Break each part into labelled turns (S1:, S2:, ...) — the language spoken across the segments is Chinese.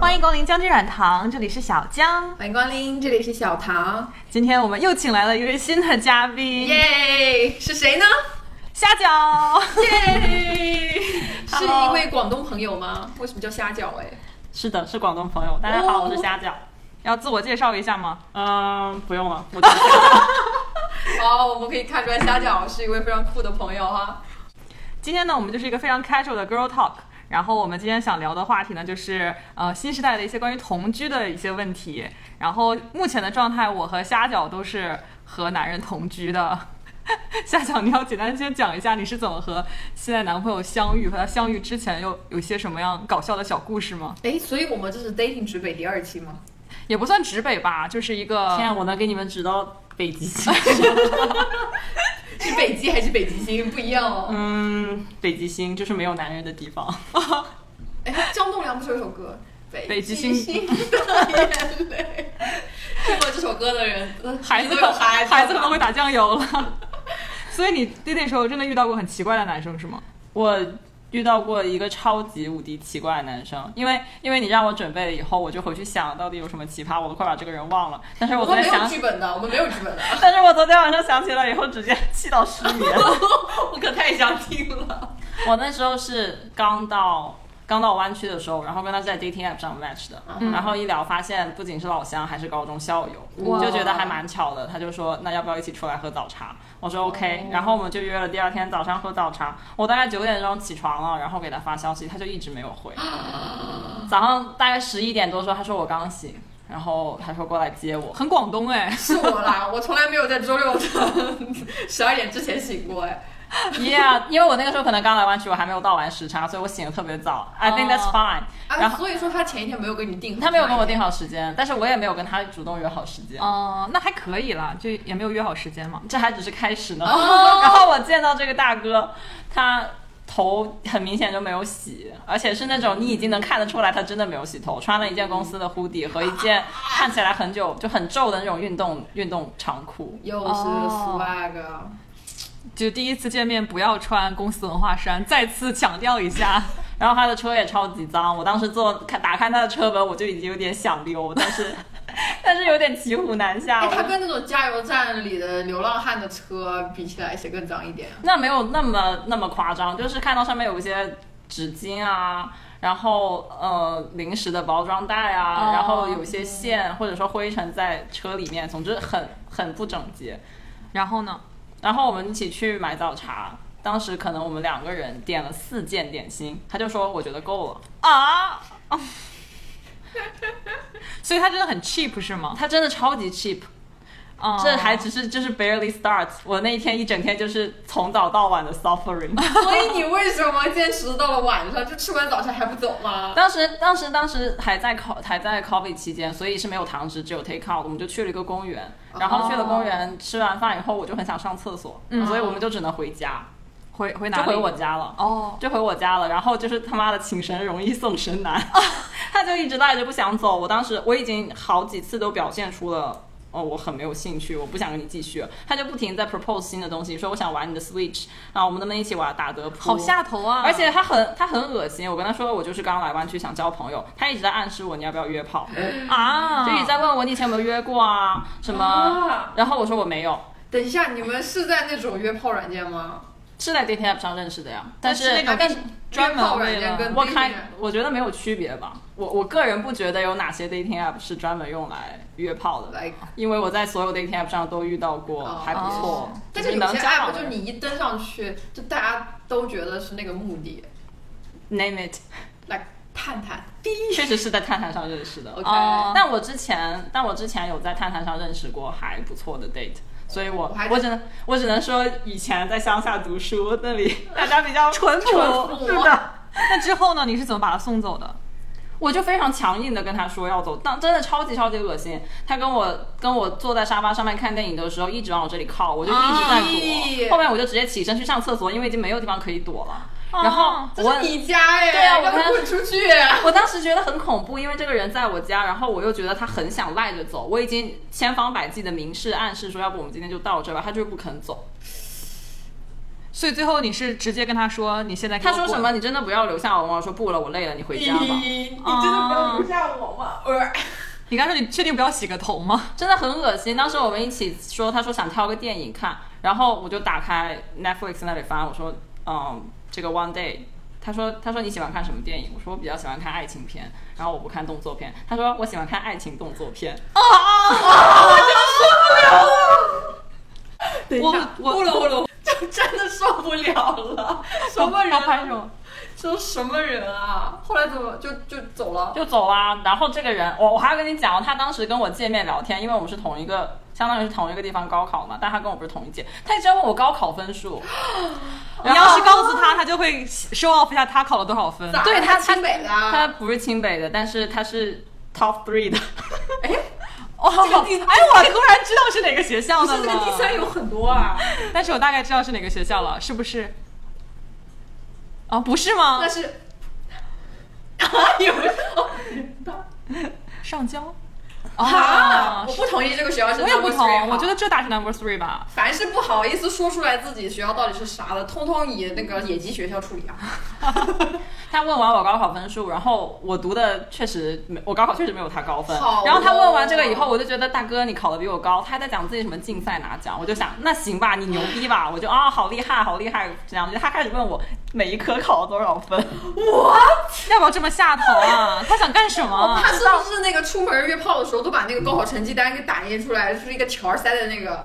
S1: 欢迎光临姜汁软糖，这里是小姜。
S2: 欢迎光临，这里是小唐，
S1: 今天我们又请来了一位新的嘉
S2: 嗯
S1: 宾，
S2: 耶，是谁呢？
S1: 虾饺。
S2: 耶，是
S1: Hello
S2: 一位广东朋友吗？为什么叫虾饺？哎，
S1: 是的，是广东朋友。 大家好，
S2: 哦
S1: 我是虾饺。要自我介绍一下吗？嗯、
S3: 呃
S1: 不用 了。我
S2: 哦，我们可以看出来虾饺是一位非常酷的朋友哈。
S1: 今天呢，我们就是一个非常 casual 的 girl talk。然后我们今天想聊的话题呢，就是呃新时代的一些关于同居的一些问题。然后目前的状态，我和虾饺都是和男人同居的。 虾饺，你要简单先讲一下你是怎么和现在男朋友相遇，和他相遇之前又有些什么样搞笑的小故事吗？
S2: 哎，所以我们这是 dating 直北第二期吗？
S1: 也不算直北吧，就是一个
S3: 天啊，我能给你们指到北极星。
S2: 是北极还是北极星？不一样哦。
S3: 嗯，北极星就是没有男人的地方。
S2: 哎，张栋梁不是有首歌《
S1: 北极星
S2: 星 的眼泪》？听过这首歌的人，
S1: 孩子
S2: 都
S1: 可
S2: 有孩子，
S1: 孩子可能会打酱油了。所以你弟弟时候真的遇到过很奇怪的男生是吗？
S3: 我遇到过一个超级无敌奇怪的男生，因为因为你让我准备了以后，我就回去想到底有什么奇葩，我都快把这个人忘了。但是
S2: 我
S3: 我昨
S2: 们
S3: 天
S2: 没有
S3: 想，
S2: 剧本的，我们没有剧本的，
S3: 但是我昨天晚上想起来以后，直接气到失眠。
S2: 我可太想听了。
S3: 我那时候是刚到刚到湾区的时候，然后跟他是在 dating app 上 match 的，
S2: 嗯
S3: 然后一聊发现不仅是老乡，还是高中校
S1: 哇
S3: 友，就觉得还蛮巧的。他就说那要不要一起出来喝早茶？我说
S1: 哦
S3: OK，、然后我们就约了第二天早上喝早茶。我大概九点钟起床了，然后给他发消息，他就一直没 有回。早上大概十一点多的时候，他说我刚醒，然后他说过来接我。
S1: 很广东哎、
S2: 是我啦， 我从来没有在周六的十二点之前醒过哎。
S3: Yeah，因为我那个时候可能刚来湾区，我还没有到完时差，所以我醒的特别早。I think that's
S1: 哦
S3: fine、然
S2: 啊，
S3: 后
S2: 所以说他前一天没有跟你定，
S3: 他没有跟我定。好时间，但是我也没有跟他主动约好时间，
S1: 哦、那还可以啦，就也没有约好时间嘛。
S3: 这还只是开始呢。
S2: 哦
S3: 然后我见到这个大哥，他头很明显就没有洗，而且是那种你已经能看得出来他真的没有洗头，穿了一件公司的 hoodie 和一件看起来很久就很皱的那种运动运动长裤。
S2: 又是
S1: 哦
S2: swag，、
S1: 就第一次见面不要穿公司文化衫，再次强调一下。
S3: 然后他的车也超级脏，我当时坐看打开他的车门，我就已经有点想溜，但是 但是有点骑虎难下。
S2: 哎，
S3: 我
S2: 他跟那种加油站里的流浪汉的车比起来，谁更脏一点？啊
S3: 那没有那么那么夸张，就是看到上面有一些纸巾啊，然后呃零食的包装袋啊，
S1: 哦
S3: 然后有些线或者说灰尘在车里面，总之很很不整洁。
S1: 然后呢？
S3: 然后我们一起去买早茶，当时可能我们两个人点了四件点心，他就说我觉得够了，
S1: 啊，所以他真的很 cheap 是吗？
S3: 他真的超级 cheap。
S1: 哦
S3: 这还只是就是 barely start，我那一天一整天就是从早到晚的 suffering。
S2: 所以你为什么坚持到了晚上，就吃完早餐还不走吗？
S3: 当时当时当时还在 co 还在 covid 期间，所以是没有堂食，只有 take out。我们就去了一个公园，然后去了公园吃完饭以后，我就很想上厕所，
S1: 嗯
S3: 所以我们就只能回家，
S1: 回回哪
S3: 就
S1: 里？
S3: 回我家了。
S1: 哦，
S3: 就回我家了，然后就是他妈的请神容易送神难， 他就一直赖着不想走。我当时我已经好几次都表现出了，哦，我很没有兴趣，我不想跟你继续。他就不停地在 propose 新的东西，说我想玩你的 Switch，啊，我们能不能一起玩打德扑？
S1: 好下头啊！
S3: 而且他很他很恶心，我跟他说我就是刚来湾区想交朋友，他一直在暗示我你要不要约炮，
S2: 嗯
S1: 啊，
S3: 就一直在问我你以前有没有约过啊什么，
S2: 啊？
S3: 然后我说我没有，
S2: 等一下，你们是在那种约炮软件吗？
S3: 是在 dating app 上认识的呀，但
S1: 是那
S3: 是
S1: 种
S3: 但
S1: 专
S2: 约炮
S1: 门为
S2: 软件
S1: 了
S2: 跟
S3: 我
S2: dating
S3: 看我觉得没有区别吧，我我个人不觉得有哪些 dating app 是专门用来约炮的，
S2: 来，
S3: 因为我在所有 dating app 上都遇到过，
S2: 哦
S3: 还不错，
S2: 但
S3: 就是是
S2: 有
S3: 能
S2: 些
S3: 交往
S2: app
S3: 的
S2: 就
S3: 人。
S2: 你一登上去，就大家都觉得是那个目的。
S3: Name it，
S2: 来，探探
S3: 确实是在探探上认识的。
S2: ，OK，、
S1: 哦
S3: 但我之前，但我之前有在探探上认识过还不错的 date，所以我
S2: 我还
S3: 我只能我只能说，以前在乡下读书那里，大家比较
S1: 淳朴。
S2: 我
S3: 是的，
S1: 那之后呢？你是怎么把他送走的？
S3: 我就非常强硬的跟他说要走，但真的超级超级恶心。他跟我跟我坐在沙发上面看电影的时候，一直往我这里靠，我就一直在躲。
S2: 咦
S3: 后面我就直接起身去上厕所，因为已经没有地方可以躲了。
S1: 哦
S3: 然后
S2: 这
S3: 我
S2: 是你家哎，
S3: 对啊我
S2: 要不
S3: 看
S2: 滚出去。
S3: 我当时觉得很恐怖，因为这个人在我家，然后我又觉得他很想赖着走，我已经千方百计的明示暗示说，要不我们今天就到这吧，他就是不肯走。
S1: 所以最后你是直接跟他说你现在给
S3: 他
S1: 我
S3: 说
S1: 滚
S3: 什么？你真的不要留下我吗？我说不了，我累了，你回
S2: 你
S3: 家 吧。
S2: 你真的没有留下我 吗？呃
S1: 你刚说你确定不要洗个头吗？
S3: 真的很恶心。当时我们一起说，他说想挑个电影看，然后我就打开 Netflix 那里翻，我说，嗯，这个 One Day。他说：“他说你喜欢看什么电影？”我说：“我比较喜欢看爱情片，然后我不看动作片。”他说：“我喜欢看爱情动作片。
S2: 等
S1: 我我
S2: 不了不了，就真的受不了了。什么人
S1: 要拍手？
S2: 这什么人啊？后来怎么就就走了？
S3: 就走啦。然后这个人，我我还要跟你讲哦，他当时跟我见面聊天，因为我们是同一个，相当于是同一个地方高考嘛，但他跟我不是同一届，他一直要问我高考分数。
S1: 你要是告诉他，他就会 show off 一下他考了多少 分。
S2: 咋
S3: 对
S2: 他
S3: 他
S2: 清北的啊，
S3: 他不是清北的，但是他是 top three 的。
S1: 哦，哎，我突然知道是哪个学校
S2: 不
S1: 的
S2: 是这个第
S1: 了，
S2: 三有很多啊，
S1: 但是我大概知道是哪个学校了，是不是？啊，不是吗
S2: 那？是 啊有哦
S1: 上交？
S2: 啊，
S1: 啊
S2: 我，不同意这个学校是
S1: 我也
S2: number
S1: 不同，
S2: three
S1: 我觉得。这打是 number three 吧。
S2: 凡是不好意思说出来自己学校到底是啥的，通通以那个野鸡学校处理啊！
S3: 他问完我高考分数，然后我读的确实没，我高考确实没有他高分
S2: 好哦。哦
S3: 然后他问完这个以后，我就觉得大哥你考的比我高，他还在讲自己什么竞赛拿奖，我就想那行吧，你牛逼吧，我就啊好厉害好厉害这样。他开始问我每一科考了多少分，
S1: 要不要这么下头 啊？他想干什么
S3: 哦
S1: 啊？
S2: 他是不是那个出门约炮的时候都把那个高考成绩单给打印出来，是一个条儿塞在那 个？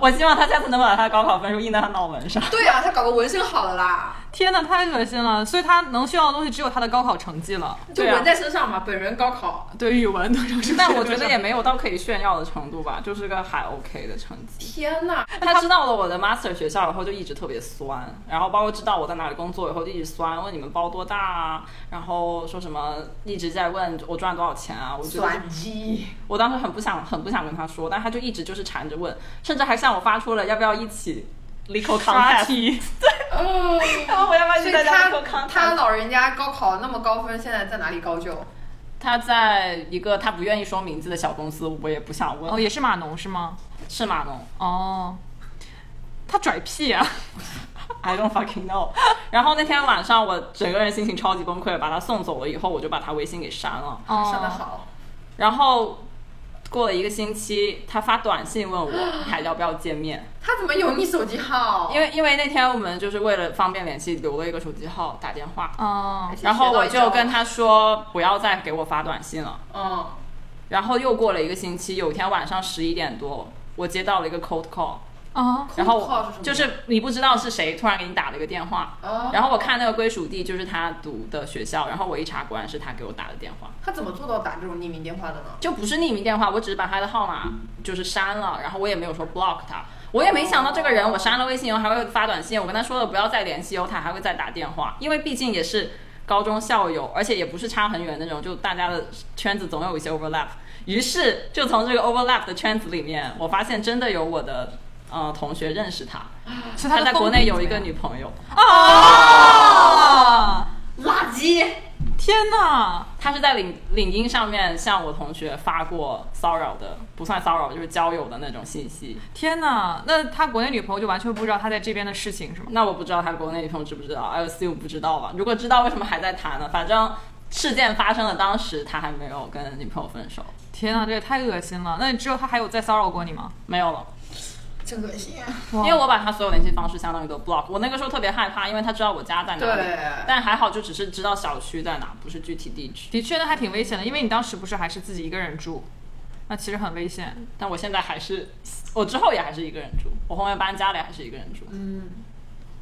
S3: 我希望他下次能把他高考分数印在他脑门上。
S2: 对啊，他搞个纹身好了啦，
S1: 天哪，太恶心了！所以他能需要的东西只有他的高考成绩了。
S2: 就
S3: 对啊
S2: 纹在身上嘛。本人高考
S1: 对语文多少是？
S3: 但我觉得也没有到可以炫耀的程度吧，就是个还 OK 的成绩。
S2: 天呐，
S3: 他知道了我的 master 学校以后就一直特别酸，然后包括知道我在哪里工作以后就一直酸，问你们包多大啊，然后说什么一直在问我赚多少钱啊，我觉得
S2: 转机！
S3: 我当时很不想很不想跟他说，但他就一直就是缠着问，甚至还向我发出了要不要一起 l e g a l
S1: 刷
S3: contact，
S1: 题，
S2: 哦，
S3: 然后我要不要
S2: 所
S3: 去
S2: 以
S3: 大家
S2: 他
S3: legal
S2: 他
S3: contact？
S2: 老人家高考那么高分，现在在哪里高就？
S3: 哦他在一个他不愿意说名字的小公司，我也不想问，
S1: 哦，也是码农是吗？
S3: 是码农。
S1: 哦，他拽屁啊！
S3: I don't fucking know。然 后那天晚上我整个人心情超级崩溃，把他送走了以后，我就把他微信给删了。
S1: 哦，
S2: 上的好，
S3: 然后过了一个星期，他发短信问我还要不要见面，
S2: 他怎么有你手机号？
S3: 因为因为那天我们就是为了方便联系，留了一个手机号打电话。
S1: 哦，
S3: 然后我就跟他说不要再给我发短信了。
S2: 嗯，
S3: 然后又过了一个星期，有一天晚上十一点多，我接到了一个 cold call，
S1: 哦，
S3: 然后
S2: Cold call 是什么
S3: 就是你不知道是谁突然给你打了一个电话，
S2: 哦
S3: 然后我看那个归属地就是他读的学校，然后我一查果然是他给我打的电话，
S2: 他怎么做到打这种匿名电话的呢？
S3: 就不是匿名电话，我只是把他的号码就是删了，然后我也没有说 block 他，我也没想到这个人，我删了微信以后还会发短信，我跟他说了不要再联系哦，他还会再打电话，因为毕竟也是高中校友，而且也不是差很远那种，就大家的圈子总有一些 overlap，于是就从这个 overlap 的圈子里面，我发现真的有我的呃同学认识他，
S1: 所以
S3: 他
S1: 的
S3: 在国
S1: 风
S3: 内
S1: 评
S3: 有一个
S1: 怎么
S3: 女朋友。
S1: 样啊！
S2: 垃圾！
S1: 天哪！
S3: 他是在领领英上面向我同学发过骚扰的，不算骚扰，就是交友的那种信息。
S1: 天哪！那他国内女朋友就完全不知道他在这边的事情是吗？
S3: 那我不知道他国内女朋友知不知道，I assume 不知道吧？如果知道，为什么还在谈呢？反正事件发生的当时，他还没有跟女朋友分手，
S1: 天哪，这也太恶心了！那你知道他还有再骚扰过你吗？
S3: 没有了。
S2: 真恶 心。
S1: 哇
S3: 因为我把他所有联系方式相当于都 block。我那个时候特别害怕，因为他知道我家在哪
S2: 对
S3: 里，但还好就只是知道小区在哪，不是具体地址。
S1: 的确，那还挺危险的，因为你当时不是还是自己一个人住，那其实很危险。
S3: 但我现在还是，我之后也还是一个人住，我后面搬家了也还是一个人住。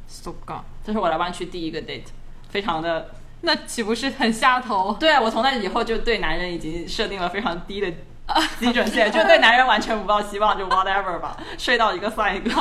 S1: So g
S3: 这是我来湾区第一个 date，非常的
S1: 那岂不是很下头？
S3: 对我从那以后就对男人已经设定了非常低的基准 线，就对男人完全不抱希望，就 whatever 吧，睡到一个算一个。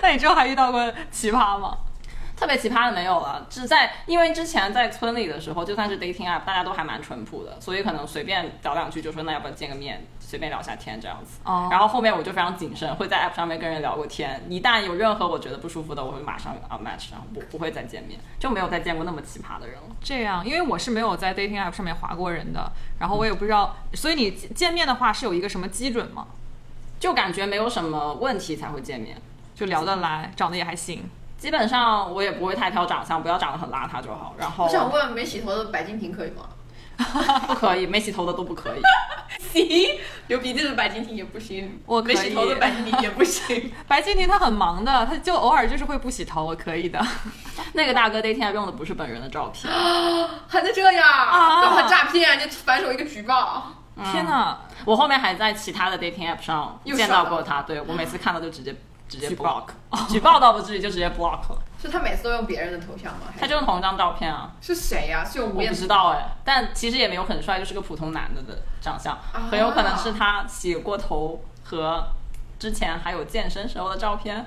S1: 那你之后还遇到过奇葩吗？
S3: 特别奇葩的没有了，只在因为之前在村里的时候，就算是 dating app，大家都还蛮淳朴的，所以可能随便聊两句就说那要不要见个面，随便聊下天这样子。
S1: 哦
S3: 然后后面我就非常谨慎，会在 app 上面跟人聊过天，一旦有任何我觉得不舒服的，我会马上 u match，然后不不会再见面，就没有再见过那么奇葩的人了。
S1: 这样，因为我是没有在 dating app 上面划过人的，然后我也不知道，所以你见见面的话是有一个什么基准吗？
S3: 就感觉没有什么问题才会见面。
S1: 就聊得来，长得也还行。
S3: 基本上我也不会太挑长相，不要长得很邋遢就好。然后
S2: 啊我想问，没洗头的白敬亭可以吗？
S3: 不可以，没洗头的都不可 以。
S2: 行，有鼻子的白敬亭也不行，
S1: 我可
S2: 没
S1: 以
S2: 洗头的白敬亭也不 行。
S1: 白敬亭他很忙的，他就偶尔就是会不洗头，我可以的。
S3: 那个大哥 dating app 用的不是本人的照片。
S2: 还能这样？
S1: 啊
S2: 然后诈骗，就反手一个举报。
S1: 天哪，
S3: 我后面还在其他的 dating app 上
S2: 又
S3: 见
S2: 上
S3: 到
S2: 了
S3: 过他，对我每次看到就直接 直接
S1: 举
S3: block，举 报倒不至于就直接 block 了。
S2: 是他每次都用别人的头像吗？
S3: 他就用同一张照 片啊，
S2: 是谁呀、是用
S3: 我
S2: 吴彦
S3: 不知道哎，但其实也没有很帅，就是个普通男的的长相，
S2: 啊
S3: 很有可能是他洗过头和之前还有健身时候的照片。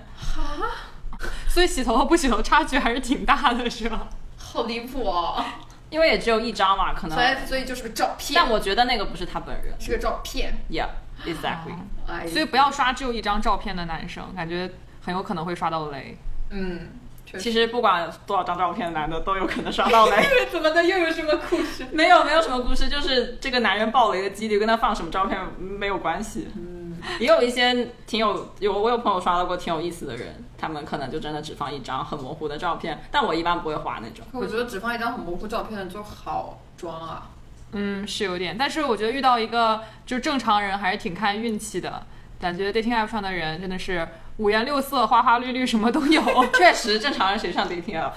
S1: 所以洗头和不洗头差距还是挺大的，是吧？
S2: 好离谱哦！
S3: 因为也只有一张嘛，可能
S2: 所。以所以就是个照片，
S3: 但我觉得那个不是他本人。
S2: 是个照片。
S3: Yeah, exactly。
S2: 哎，
S1: 所以不要刷只有一张照片的男生，感觉很有可能会刷到雷。
S2: 嗯，确实
S3: 其实不管有多少张照片，男的都有可能刷 到雷。
S2: 怎么的又有什么故事？
S3: 没有，没有什么故事，就是这个男人爆雷的几率跟他放什么照片没有关系。
S1: 嗯
S3: 也有一些挺有有，我有朋友刷到过挺有意思的人，他们可能就真的只放一张很模糊的照片，但我一般不会划那种。
S2: 我觉得只放一张很模糊照片的就好装啊。
S1: 嗯，是有点，但是我觉得遇到一个就正常人还是挺看运气的。感觉 dating app 上的人真的是五颜六色、花花绿绿，什么都有，
S3: 确实，正常人谁上 dating 啊？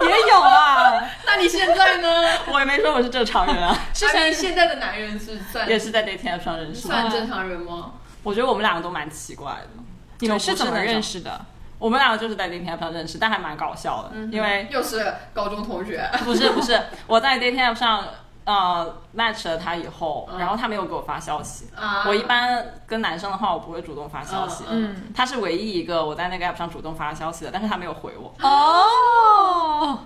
S1: 也有啊。
S2: 那你现在 呢？
S3: 我也没说我是正常人啊，
S2: 之前现在的男人是算
S3: 也是在 dating app 上认识的。
S2: 算正常人吗？
S3: 我觉得我们两个都蛮奇怪的。
S1: 你们是怎么认
S3: 识？
S1: 识的？
S3: 我们两个就是在 dating app 上认识，但还蛮搞笑的，
S1: 嗯
S3: 因为
S2: 又是高中同学，
S3: 不是不是，我在 dating app 上呃 match 了他以后，
S2: 嗯
S3: 然后他没有给我发消息。
S2: 啊
S3: 我一般跟男生的话，我不会主动发消息。
S2: 嗯
S1: 嗯，
S3: 他是唯一一个我在那个 app 上主动发消息的，但是他没有回我。
S1: 哦，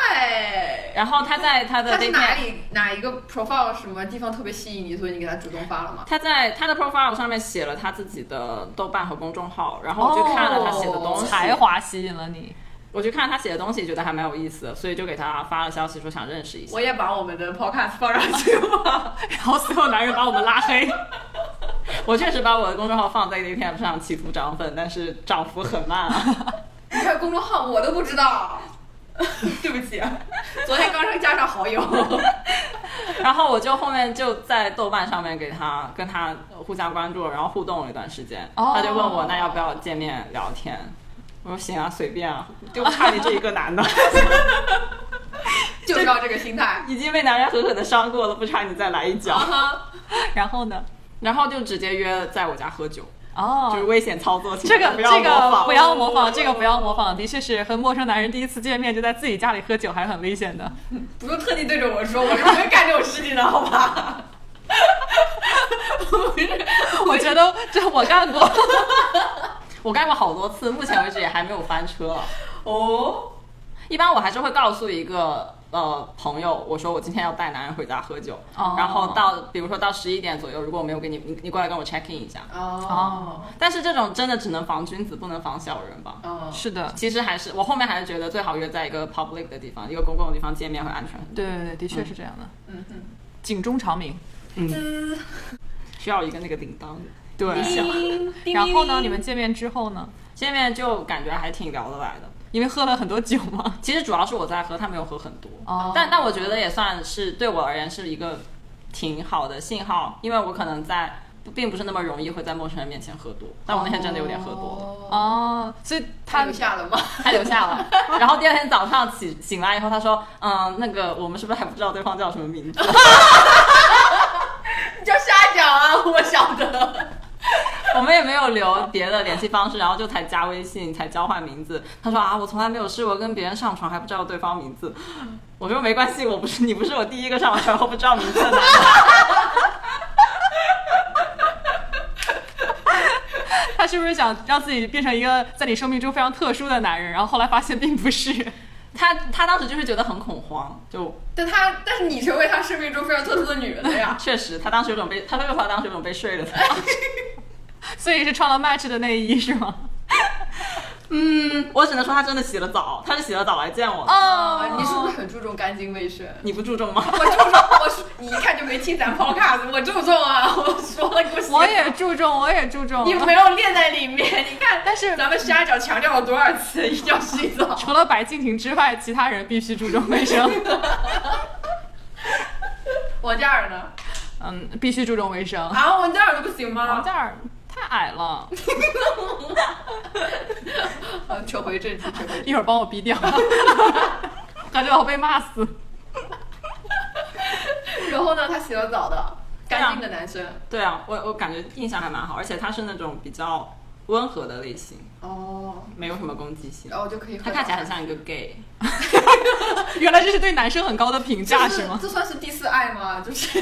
S2: ，why？
S3: 然后他在他的
S2: 他是
S3: dating
S2: 哪
S3: app。
S2: 里哪一个 profile 什么地方特别吸引你，所以你给他主动发了吗？
S3: 他在他的 profile 上面写了他自己的豆瓣和公众号，然后我去看了他写的东西，
S1: 哦
S2: 哦
S1: 才华吸引了你。
S3: 我去看了他写的东西，觉得还蛮有意思的，所以就给他发了消息说想认识一下。
S2: 我也把我们的 podcast 放上去吧。
S3: 然后所有男人把我们拉黑。我确实把我的公众号放在 dating app 上，企图涨粉，但是涨幅很慢啊。
S2: 你还有公众号，我都不知道。 对不起、啊，昨天刚上加上好友。
S3: 然后我就后面就在豆瓣上面给他跟他互相关注，然后互动了一段时间。
S1: 哦
S3: 他就问我那要不要见面聊天，我说行啊，随便啊，就怕你这一个男的，
S2: 就知道这个心 态。
S3: 已经被男人狠狠的伤过了，不差你再来一 脚。
S1: 然后呢？
S3: 然后就直接约在我家喝酒，
S1: 哦，
S3: 就是危险操作，请
S1: 这个
S3: 不要
S1: 这
S3: 模
S1: 个
S3: 仿
S1: 不要模仿，这个不要模仿，的确是和陌生男人第一次见面就在自己家里喝酒，还是很危险的。
S2: 不用特地对着我说，我是不会干这种事情的，好吧？我不是，
S1: 我觉得这我干 过，
S3: 我干过好多次，目前为止也还没有翻车。
S2: 哦，
S3: 一般我还是会告诉一个呃朋友，我说我今天要带男人回家喝酒，
S1: 哦
S3: 然后到比如说到十一点左右，如果我没有给你，你你过来跟我 check in 一下。
S2: 哦，
S3: 但是这种真的只能防君子，不能防小人吧？
S2: 哦，
S1: 是的，
S3: 其实还是我后面还是觉得最好约在一个 public 的地方，一个公共的地方见面会安全，
S1: 对对对，的确是这样的，
S2: 嗯哼，
S1: 警钟长鸣。
S2: 滋
S3: 需要一个那个铃铛的。
S1: 对
S2: 叮叮
S1: 然后呢？你们见面之后呢？
S3: 见面就感觉还挺聊得来的。
S1: 因为喝了很多酒嘛。
S3: 其实主要是我在喝，他没有喝很多。
S1: 哦
S3: 但但我觉得也算是对我而言是一个挺好的信号，因为我可能在并不是那么容易会在陌生人面前喝多，但我那天真的有点喝多了，
S2: 哦，
S1: 哦，所以
S2: 他
S1: 他
S2: 留下了吗？
S3: 他留下了。然后第二天早上起醒来以后，他说：“嗯，那个我们是不是还不知道对方叫什么名字
S2: 你 叫瞎讲啊，我晓得。？”
S3: 我们也没有留别的联系方式，然后就才加微信，才交换名字。他说：“啊，我从来没有试过跟别人上床还不知道对方名字。”我说：“没关系，我不是你不是我第一个上床后不知道名字的男人。”
S1: 他是不是想让自己变成一个在你生命中非常特殊的男人？然后后来发现并不是。
S3: 他他当时就是觉得很恐慌，就
S2: 但他，但是你成为他生命中非常特殊的女人了呀。
S3: 确实他当时有种被，他说他当时有种被睡了的。
S1: 所以是穿了 match 的内衣是吗？
S3: 嗯， 我只能说他真的洗了澡，他是洗了澡来见我的。
S1: 哦
S2: 啊，你是不是很注重干净卫生？
S3: 你不注重吗？
S2: 我注重，我是你一看就没听咱 podcast，我注重啊， 我说了不行，
S1: 我也注重，我也注重。
S2: 你没有列在里面，你看
S1: 但是
S2: 咱们沙角强调了多少次一定要洗澡？
S1: 除了白敬亭之外，其他人必须注重卫生。
S2: 我这儿呢？
S1: 嗯，必须注重卫生。
S2: 啊，我这儿都不行
S1: 王
S2: 吗？
S1: 嘉尔太矮了，
S2: 啊扯回正题，扯回正题。
S1: 一会儿帮我逼 掉，感觉我要被骂死。
S2: 然后呢，他洗了澡的，干净的男生。
S3: 对啊，我我感觉印象还蛮好，而且他是那种比较温和的类型，
S2: 哦，
S3: 没有什么攻击性
S2: 然。后就可以喝
S3: 他
S2: 到。
S3: 看起来很像一个 gay，
S1: 原来这是对男生很高的评价
S2: 这
S1: 是
S2: 是
S1: 吗？
S2: 这算是第四爱吗？就是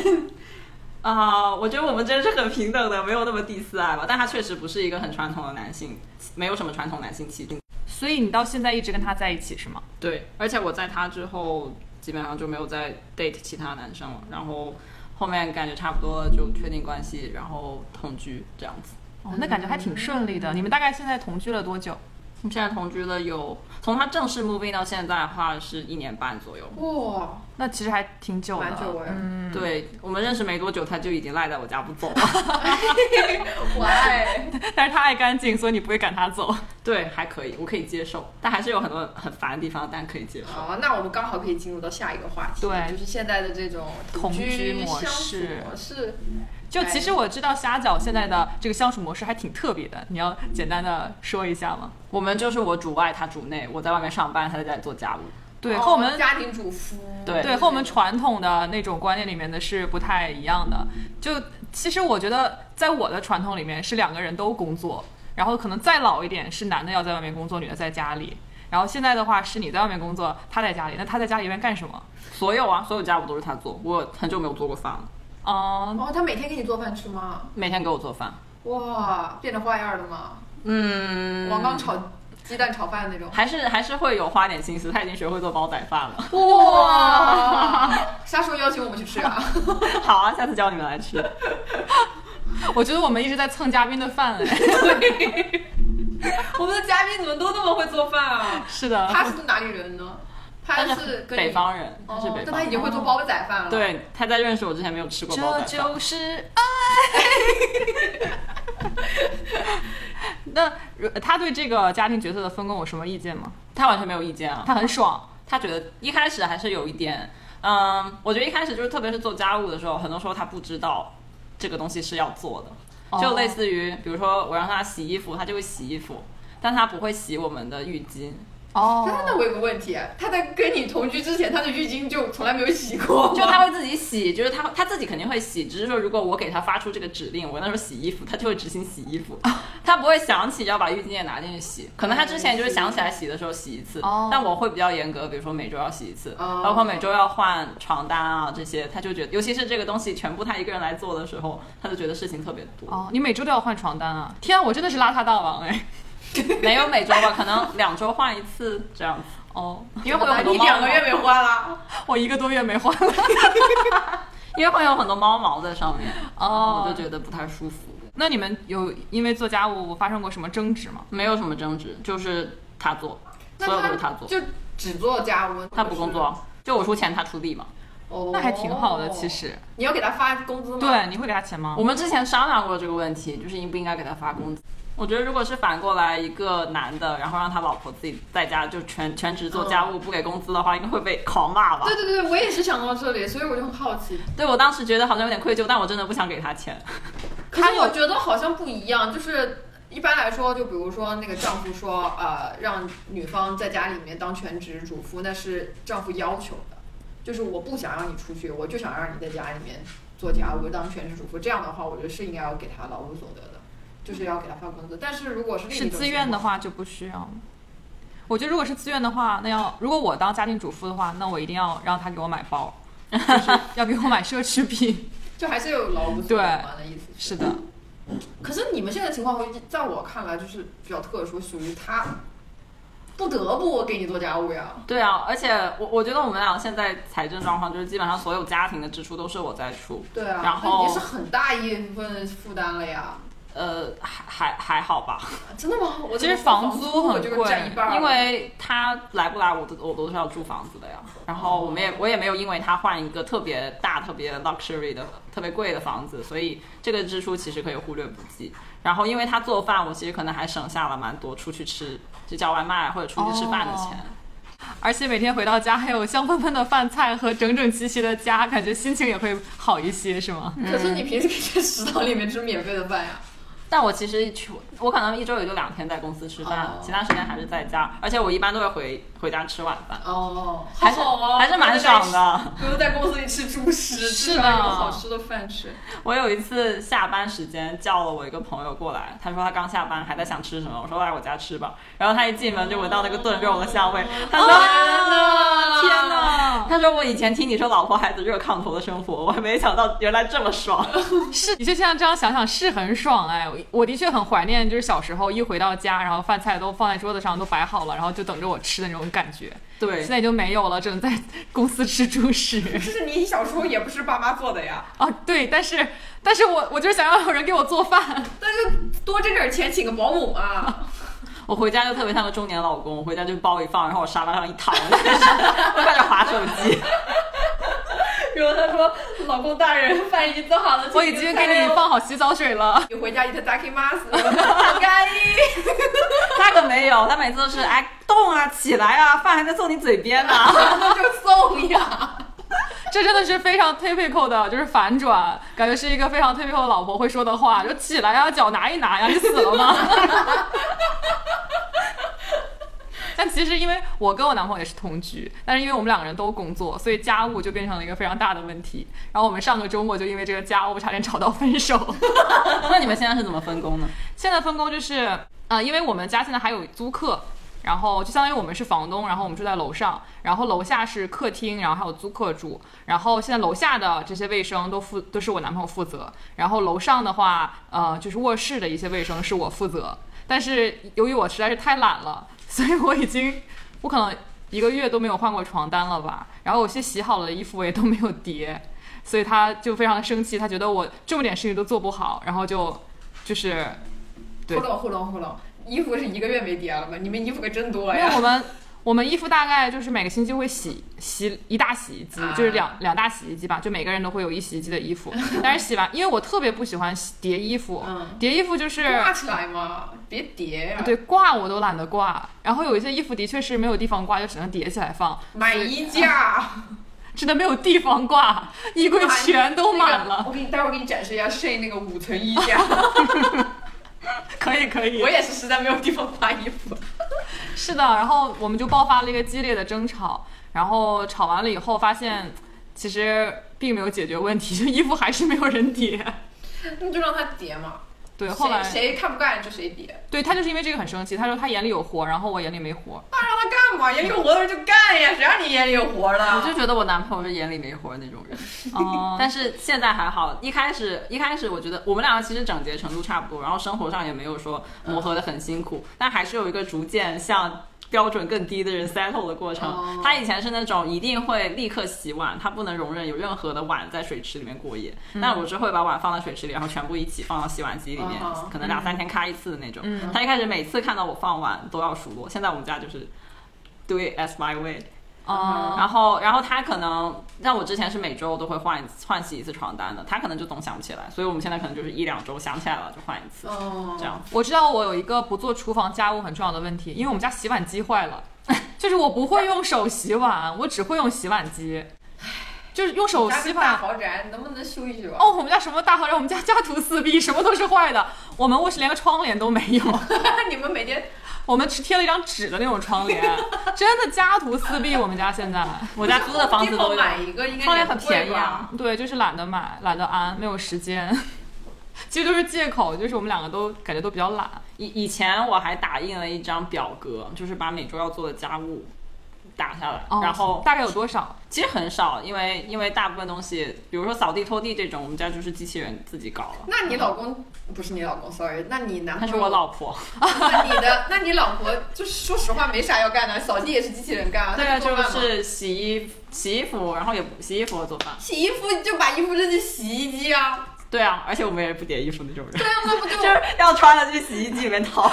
S3: 啊、我觉得我们真是很平等的，没有那么第四爱吧。但他确实不是一个很传统的男性，没有什么传统男性气质。
S1: 所以你到现在一直跟他在一起是吗？
S3: 对，而且我在他之后基本上就没有再 date 其他男生了，然后后面感觉差不多了就确定关系，然后同居这样子。
S1: 哦，那感觉还挺顺利的。你们大概现在同居了多久？
S3: 我们现在同居了有，从他正式 moving 到现在的话是一年半左右。
S2: 哇，
S1: 那其实还挺久的，
S2: 蛮久哎
S1: 嗯，
S3: 对我们认识没多久，他就已经赖在我家不走了。
S2: 我爱。
S1: 但是他爱干净，所以你不会赶他走。
S3: 对，还可以，我可以接受，但还是有很多很烦的地方，但可以接受。
S2: 好，啊那我们刚好可以进入到下一个话题，
S1: 对
S2: 就是现在的这种
S1: 同居
S2: 居
S1: 模
S2: 相处
S1: 式
S2: 模式。
S1: 就其实我知道虾饺现在的这个相处模式还挺特别的，你要简单的说一下吗？
S3: 我们就是我主外，他主内，我在外面上班，他在家里做家务。
S1: 对，
S2: 哦
S1: 和我们
S2: 家庭主妇，
S3: 对
S1: 对和我们传统的那种观念里面的是不太一样的。就其实我觉得，在我的传统里面是两个人都工作，然后可能再老一点是男的要在外面工作，女的在家里。然后现在的话是你在外面工作，他在家里，那他在家里面干什么？
S3: 所有啊，所有家务都是他做，我很久没有做过饭了，
S1: 嗯，
S2: 哦，他每天给你做饭吃吗？
S3: 每天给我做饭。
S2: 哇，变着花样了吗？
S3: 嗯，
S2: 王刚炒鸡蛋炒饭那 种。
S3: 还是还是会有花点心思，他已经学会做煲仔饭了。
S2: 哇， 啥时候邀请我们去吃啊？
S3: 好啊，下次叫你们来吃。
S1: 我觉得我们一直在蹭嘉宾的饭哎。
S2: 我们的嘉宾怎么都那么会做饭 啊？
S1: 是的，
S2: 他是哪里人呢？他
S3: 他
S2: 是跟你
S3: 北，方人，他
S2: 哦
S3: 是北
S2: 但
S3: 方
S2: 他已经
S3: 人。
S2: 会做煲仔饭了。，
S3: 对，他在认识我之前没有吃过煲
S1: 这
S3: 仔饭。
S1: 就是爱。 那如他对这个家庭角色的分工有什么意见吗？
S3: 他完全没有意见啊，
S1: 他很爽，
S3: 他觉得一开始还是有一点，嗯，我觉得一开始就是特别是做家务的时候，很多时候他不知道这个东西是要做的，就类似于比如说我让他洗衣服，他就会洗衣服，但他不会洗我们的浴巾。
S1: 哦
S2: 但是那我有个问题，啊他在跟你同居之前，他的浴巾就从来没有洗过吗，
S3: 就 他会自己洗，就是他他自己肯定会洗，只是说如果我给他发出这个指令，我跟他说洗衣服，他就会执行洗衣服，他不会想起要把浴巾也拿进去洗。可能他之前就是想起来洗的时候洗一次，
S1: 哦
S3: 但我会比较严格，比如说每周要洗一次，
S2: 哦
S3: 包括每周要换床单啊这些，他就觉得，尤其是这个东西全部他一个人来做的时候，他就觉得事情特别多。
S1: 哦，你每周都要换床单啊！天啊，我真的是邋遢大王哎。
S3: 没有每周吧，可能两周换一次这样子，
S1: 哦，
S3: 因为会有很多
S2: 你
S3: 猫
S2: 两个
S3: 毛
S2: 月没换了。
S1: 我一个多月没换了。
S3: 因为会有很多猫毛在上面，
S1: 哦
S3: 我就觉得不太舒服。
S1: 那你们有因为做家务发生过什么争执吗？
S3: 没有什么争执，就是他做，所有
S2: 那
S3: 都是他做，
S2: 就只做家务，
S3: 他不工作，就我出钱他出力嘛。
S2: 哦，
S1: 那还挺好的，其。实。
S2: 你要给他发工
S3: 哦
S2: 资吗？，
S1: 对，你会给他钱吗
S3: 我？们之前商量过这个问题，就是应不应该给他发工资。我觉得如果是反过来一个男的，然后让他老婆自己在家就全全职做家务，不给工资的话，应该会被狂骂吧
S2: 对？对对，我也是想到这里，所以我就很好奇。
S3: 对我当时觉得好像有点愧疚，但我真的不想给他钱。
S2: 可
S1: 他
S2: 是
S1: 有
S2: 我觉得好像不一样，就是一般来说，就比如说那个丈夫说，呃，让女方在家里面当全职主妇，那是丈夫要求的，就是我不想让你出去，我就想让你在家里面做家务，当全职主妇。这样的话，我觉得是应该要给他劳务所得的，就是要给他发工资。但是如果是另一
S1: 是
S2: 种
S1: 自愿的
S2: 情
S1: 话就不需要。我觉得如果是自愿的话，那要如果我当家庭主妇的话，那我一定要让他给我买包，就是 要给我买奢侈品。
S2: 况，就还是有劳务所得嘛的意思
S1: 是的，
S2: 可是你们现在情况，在我看来就是比较特殊，属于他不得不给你做家务呀。
S3: 对啊，而且我我觉得我们俩现在财政状况就是基本上所有家庭的支出都是我在出，
S2: 对啊，
S3: 然
S2: 那
S3: 后
S2: 已经是很大一部分负担了呀。
S3: 呃，还还还好吧。
S2: 啊真的吗？我
S3: 其实
S2: 房
S3: 租
S2: 我
S3: 很
S2: 就是占一半
S3: 贵，
S2: 儿，
S3: 因为他来不来我都我都是要租房子的呀。
S2: 哦
S3: 然后我们也我也没有因为他换一个特别大、特别 luxury 的、特别贵的房子，所以这个支出其实可以忽略不计。然后因为他做饭，我其实可能还省下了蛮多出去吃，就叫外卖或者出去吃饭的钱。
S2: 哦
S1: 而且每天回到家还有香喷喷的饭菜和整整齐齐的家，感觉心情也会好一些，是 吗？
S2: 可
S3: 嗯
S2: 是你平时可以在食堂里面吃免费的饭呀。
S3: 但我其实去，我可能一周也就两天在公司吃饭，
S2: 哦
S3: 其他时间还是在家，而且我一般都会回回家吃晚饭，
S2: 哦，
S3: 还是、
S2: 好好哦，
S3: 还是蛮爽。的。
S2: 不用在公司里吃猪食，
S1: 是
S2: 至
S1: 的
S2: 少有好吃的饭吃。
S3: 我有一次下班时间叫了我一个朋友过来，他说他刚下班还在想吃什么，我说来我家吃吧。然后他一进门就闻到那个炖肉的香味，他说、
S1: 哪
S3: 啊天哪！他说我以前听你说老婆孩子热炕头的生活，我还没想到原来这么爽。
S1: 是，的确像这样想想是很爽哎，我我的确很怀念，就是小时候一回到家，然后饭菜都放在桌子上，都摆好了，然后就等着我吃的那种感觉。
S3: 对
S1: 现，在已经没有了，只能在公司吃猪食。
S2: 就是你小时候也不是爸妈做的呀，
S1: 啊，对，但是，但是我我就是想要有人给我做饭。
S2: 但是多挣点钱请个保姆啊嘛。
S3: 我回家就特别像个中年老公，我回家就包一放，然后我沙发上一躺，我就开始我就开始划手机。
S2: 然后他说：“老公大人，饭已经做好了，
S1: 我已经给你放好洗澡水了。
S2: 你回家一个 d a k i m a s 好干净。
S3: 他可没有，他每次都是哎动啊，起来啊，饭还在送你嘴边呢、
S2: 就送呀。
S1: 这真的是非常 typical 的，就是反转，感觉是一个非常 typical 的老婆会说的话，就起来呀，脚拿一拿呀，你死了吗？ 但其实，因为我跟我男朋友也是同居，但是因为我们两个人都工作，所以家务就变成了一个非常大的问题。然后我们上个周末就因为这个家务差点吵到分手。
S3: 那你们现在是怎么分工呢？
S1: 现在分工就是，呃，因为我们家现在还有租客，然后就相当于我们是房东，然后我们住在楼上，然后楼下是客厅，然后还有租客住，然后现在楼下的这些卫生都负都是我男朋友负责，然后楼上的话，呃，就是卧室的一些卫生是我负责，但是由于我实在是太懒了， 所以我已经，我可能一个月都没有换过床单了吧，然后有些洗好了的衣服我也都没有叠。所以他就非常生气，他觉得我这么点事情都做不好，然后就就是对
S2: 糊弄糊弄糊弄，衣服是一个月没叠了吧？你们衣服可真多
S1: 因为
S2: 呀！
S1: 我们我们衣服大概就是每个星期会洗洗一大洗衣机，
S2: 啊
S1: 就是两两大洗衣机吧，就每个人都会有一洗衣机的衣 服。但是洗完，因为我特别不喜欢洗叠衣服，
S2: 嗯
S1: 叠衣服就是
S2: 挂起来嘛，啊别叠呀。，
S1: 对挂我都懒得挂，然后有一些衣服的确是没有地方挂，就只能叠起来放，
S2: 买衣架，
S1: 真的没有地方挂，衣柜全都满
S2: 那个
S1: 了。
S2: 我给你待会儿给你展示一下 Shane 那个五层衣架，
S3: 可以可以
S2: 我也是实在没有地方挂衣服。
S1: 是的，然后我们就爆发了一个激烈的争吵，然后吵完了以后发现。其实并没有解决问题，就衣服还是没有人叠。
S2: 那就让他叠嘛，
S1: 对，后来
S2: 谁谁看不干就谁叠。
S1: 对他就是因为这个很生气，他说他眼里有活，然后我眼里没活，
S2: 那让他干嘛？眼里有活的人就干呀，谁让你眼里有活
S3: 我
S2: 了？
S3: 就觉得我男朋友是眼里没活那种人，
S1: 哦、
S3: 但是现在还好。一开始一开始，我觉得我们两个其实整洁程度差不多，然后生活上也没有说磨合的很辛苦，但还是有一个逐渐向标准更低的人 settle 的过程。
S2: 哦
S3: 他以前是那种一定会立刻洗碗，他不能容忍有任何的碗在水池里面过夜。但我是会把碗放到水池里，然后全部一起放到洗碗机里面，
S2: 哦
S3: 可能两三天开一次的那种。
S1: 嗯
S3: 他一开始每次看到我放碗都要数落，现在我们家就是 do it as my way。
S1: 哦
S3: 然后，然后他可能，像我之前是每周都会换一次换洗一次床单的，他可能就总想不起来，所以我们现在可能就是一两周想起来了就换一次，
S2: 哦，
S3: 这样子。
S1: 我知道我有一个不做厨房家务很重要的问题，因为我们家洗碗机坏了， 就是我不会用手洗碗，我只会用洗碗机，就是用手
S2: 咱
S1: 洗
S2: 们大
S1: 碗。
S2: 豪宅，你能不能修一修啊？
S1: 哦，我们家什么大豪宅，我们家家徒四壁，什么都是坏的。我们卧室连个窗帘都没有，
S2: 你们每天
S1: 我们只贴了一张纸的那种窗帘， 真的家徒四壁。我们家现在，
S3: 我家租的房子都有，
S2: 买一个应该
S3: 窗帘
S2: 也
S3: 很
S2: 不贵
S3: 便宜啊
S2: 吧。
S1: 对，就是懒得买，懒得安，没有时间， 其实都是借口，就是我们两个都感觉都比较懒。
S3: 以以前我还打印了一张表格，就是把每周要做的家务打下来，
S1: 哦
S3: 然后
S1: 大概有多少？
S3: 其实很少，因为因为大部分东西，比如说扫地拖地这种，我们家就是机器人自己搞了。
S2: 那你老公不是你老公，sorry，那你男
S3: 她
S2: 朋友？
S3: 是我老婆，
S2: 那你的， 那你老婆就是说实话没啥要干的，扫地也是机器人干啊，
S3: 对
S2: 那
S3: 啊，
S2: 做
S3: 就
S2: 饭嘛
S3: 是洗衣洗衣服，然后也不洗衣服和做饭。
S2: 洗衣服就把衣服扔进洗衣机啊，
S3: 对啊，而且我们也是不叠衣服那种人，
S2: 对啊，那不就
S3: 就是要穿了去洗衣机里面淘。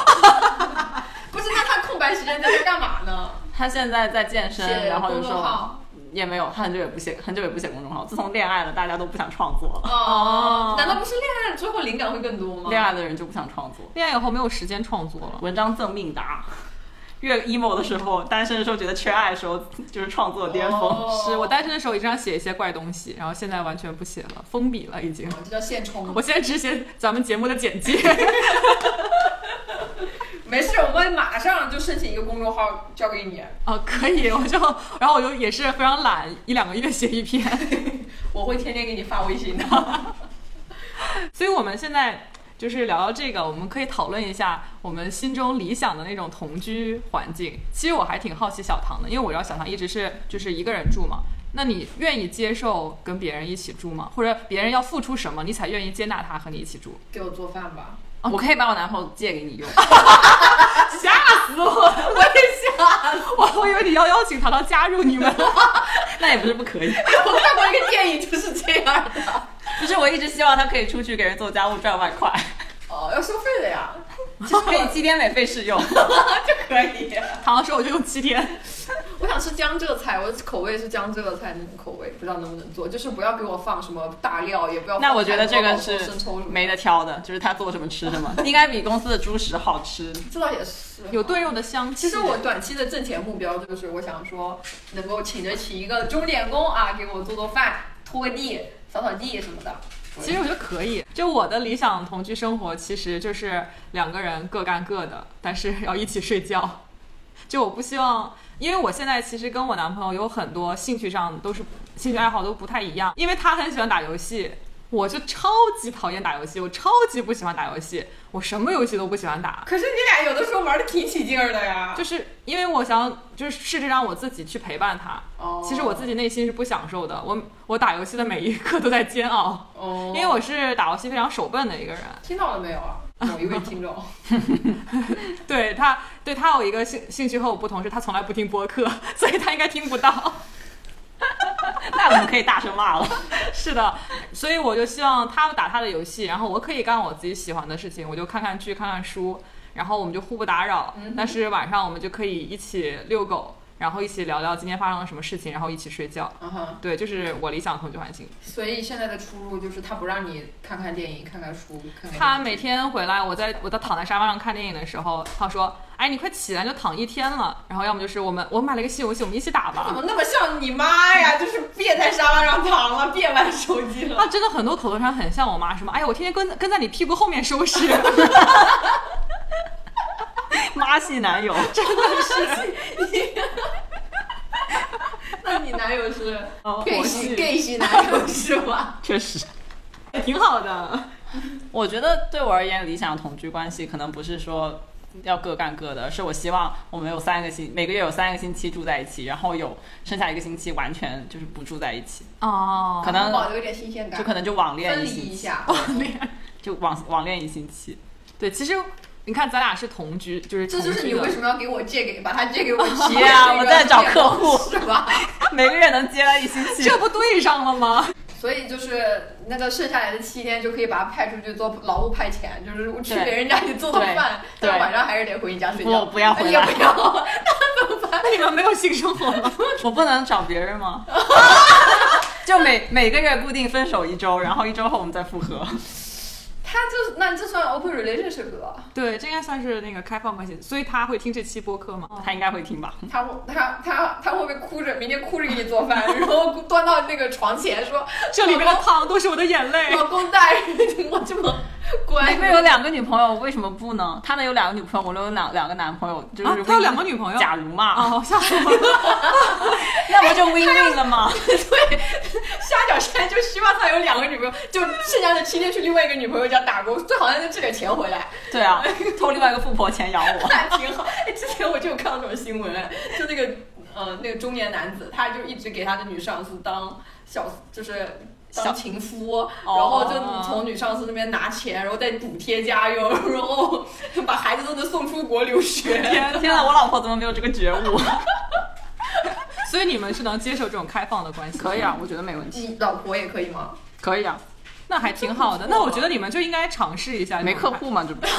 S2: 不是？那他空白时间在这干嘛呢？
S3: 他现在在健身，
S2: 写
S3: 然后
S2: 公
S3: 就
S2: 众
S3: 说
S2: 号。
S3: 也没有，他很久也不写，很久也不写公众号。自从恋爱了，大家都不想创作了，
S2: 哦，难道不是恋爱了之后灵感会更多吗？
S3: 恋爱的人就不想创作。
S1: 恋爱以后没有时间创作了。
S3: 文章赠命达，越 emo 的时候，单身的时候觉得缺爱的时候，就是创作巅峰。
S2: 哦
S1: 是我单身的时候一直想写一些怪东西，然后现在完全不写了，封笔了已经。
S2: 这叫现充。
S1: 我现在只写咱们节目的简介。
S2: 没事，我们马上就申请一个公众号交给你，
S1: 哦，可以，我就，然后我就也是非常懒，一两个月写一篇。
S2: 我会天天给你发微 信的。
S1: 所以我们现在就是聊到这个，我们可以讨论一下我们心中理想的那种同居环境。其实我还挺好奇小唐的，因为我知道小唐一直是就是一个人住嘛。那你愿意接受跟别人一起住吗？或者别人要付出什么，你才愿意接纳他和你一起 住？
S2: 给我做饭吧，
S3: 我可以把我男朋友借给你用，
S1: 吓死我了！我也吓死我，我以为你要邀请他，他加入你们。
S3: 那也不是不可以。
S2: 我看过一个电影就是这样的。
S3: 不是，我一直希望他可以出去给人做家务赚外快，
S2: 哦，要收费的 呀，
S3: 其实可以七天免费试用。
S2: 这可以。
S1: 唐说我就用七天，
S2: 我想吃江浙菜，我的口味是江浙菜那种口味，不知道能不能做，就是不要给我放什么大料，也不要放
S3: 那我觉得
S2: 太
S3: 这
S2: 多
S3: 个
S2: 老抽
S3: 是
S2: 生抽什么的
S3: 没得，挑的，就是他做什么吃什么，应该比公司的猪食好吃。
S2: 这倒也是啊
S1: 有炖肉的香气。
S2: 其实我短期的挣钱目标就是，我想说能够请得起一个钟点工啊，给我做做饭、拖个地、扫扫地什么的。
S1: 其实我觉得可以，就我的理想同居生活，其实就是两个人各干各的，但是要一起睡觉。 就我不希望，因为我现在其实跟我男朋友有很多兴趣上都是兴趣爱好都不太一样，因为他很喜欢打游戏，我就超级讨厌打游戏，我超级不喜欢打游戏，我什么游戏都不喜欢打。
S2: 可是你俩有的时候玩的挺起劲儿的呀。
S1: 就是因为我想，就是试着让我自己去陪伴他。
S2: 哦
S1: 其实我自己内心是不享受的，我我打游戏的每一刻都在煎熬，
S2: 哦
S1: 因为我是打游戏非常手笨的一个人。
S2: 听到了没有啊？某一位听 众，
S1: 对他，对他有一个兴兴趣和我不同是，他从来不听播客，所以他应该听不到。
S3: 那我们可以大声骂了。
S1: 是的，所以我就希望他打他的游戏，然后我可以干我自己喜欢的事情，我就看看剧、看看书，然后我们就互不打扰。但是晚上我们就可以一起遛狗，然后一起聊聊今天发生了什么事情，然后一起睡觉。
S2: 嗯哼，
S1: 对，就是我理想的同居环境。
S2: 所以现在的出入就是他不让你看看电影、看看书、看看。
S1: 他每天回来，我在我在躺在沙发上看电影的时候，他说：“哎，你快起来，你就躺一天了。”然后要么就是我们我买了一个新游戏，我们一起打吧。
S2: 怎哦么那么像你妈呀？就是别在沙发上躺了，别玩手机了。
S1: 啊，真的很多口头禅很像我妈，什么哎呀，我天天跟跟在你屁股后面收拾，
S3: 妈系男友，
S2: 那你男友 是
S1: 哦
S2: gay
S1: 我
S2: 系
S1: 是
S2: gay 系男友是吗？
S3: 确实。
S1: 挺好的。
S3: 我觉得对我而言，理想的同居关系可能不是说要各干各的，是我希望我们有三个星，每个月有三个星期住在一起，然后有剩下一个星期完全就是不住在一起，
S1: 哦，
S3: 可能
S2: 保留一点新鲜感，
S3: 就可能就网恋
S2: 分
S3: 一
S2: 离
S3: 星
S2: 一
S3: 期，
S2: 下。
S3: 就网网恋一星期。
S1: 对，其实你看咱俩是同居，就是
S2: 这就是
S1: 同
S2: 你
S1: 居的
S2: 为什么要给我借给，把它借 给我骑
S3: 啊我在找客户
S2: 是吧？
S3: 每个月能接来一星期，
S1: 这不对上了吗？
S2: 所以就是那个剩下来的七天，就可以把他派出去做劳务派遣，就是去
S3: 对
S2: 别人家里做做饭，
S3: 对
S2: 但晚上还是得回你家睡
S3: 不
S2: 觉。
S3: 不要回来
S2: 也不要。
S1: 那你们没有性生活吗？
S3: 我不能找别人吗？ 就每每个月固定分手一周，然后一周后我们再复合。
S2: 他这那这算 open relationship 了，
S1: 对，这应该算是那个开放关系，所以他会听这期播客吗？
S3: 他应该会听吧？
S2: 他他他他会不会哭着明天哭着给你做饭， 然后端到那个床前说
S1: 这里面的汤都是我的眼泪。
S2: 老公大人， 我这么乖
S3: 每，个月有两个女朋友，为什么不呢？他能有两个女朋友，我能有两两个男朋友，就是、
S1: 啊，他有两个女朋友。
S3: 假如嘛，
S1: 哦，吓死我了！
S3: 那不就 win win 了吗？
S2: 虾饺现在就希望他有两个女朋友，就剩下的七天去另外一个女朋友家打工，最好像挣点钱回来，
S3: 对啊，偷另外一个富婆钱养我。
S2: 那挺好。哎，之前我就有看到这种新闻，就那个呃那个中年男子，他就一直给他的女上司当小就是。
S3: 小哦
S2: 当情夫，然后就从女上司那边拿钱，然后再补贴家用， 然后把孩子都能送出国留学。
S3: 天天呐，我老婆怎么没有这个觉悟？
S1: 所以你们是能接受这种开放的关系？
S3: 可以啊，我觉得没问题。
S2: 你老婆也可以吗？
S3: 可以啊，
S1: 那还挺好的。
S2: 这不错
S1: 那我觉得你们就应该尝试一下。
S3: 没客户嘛，这不是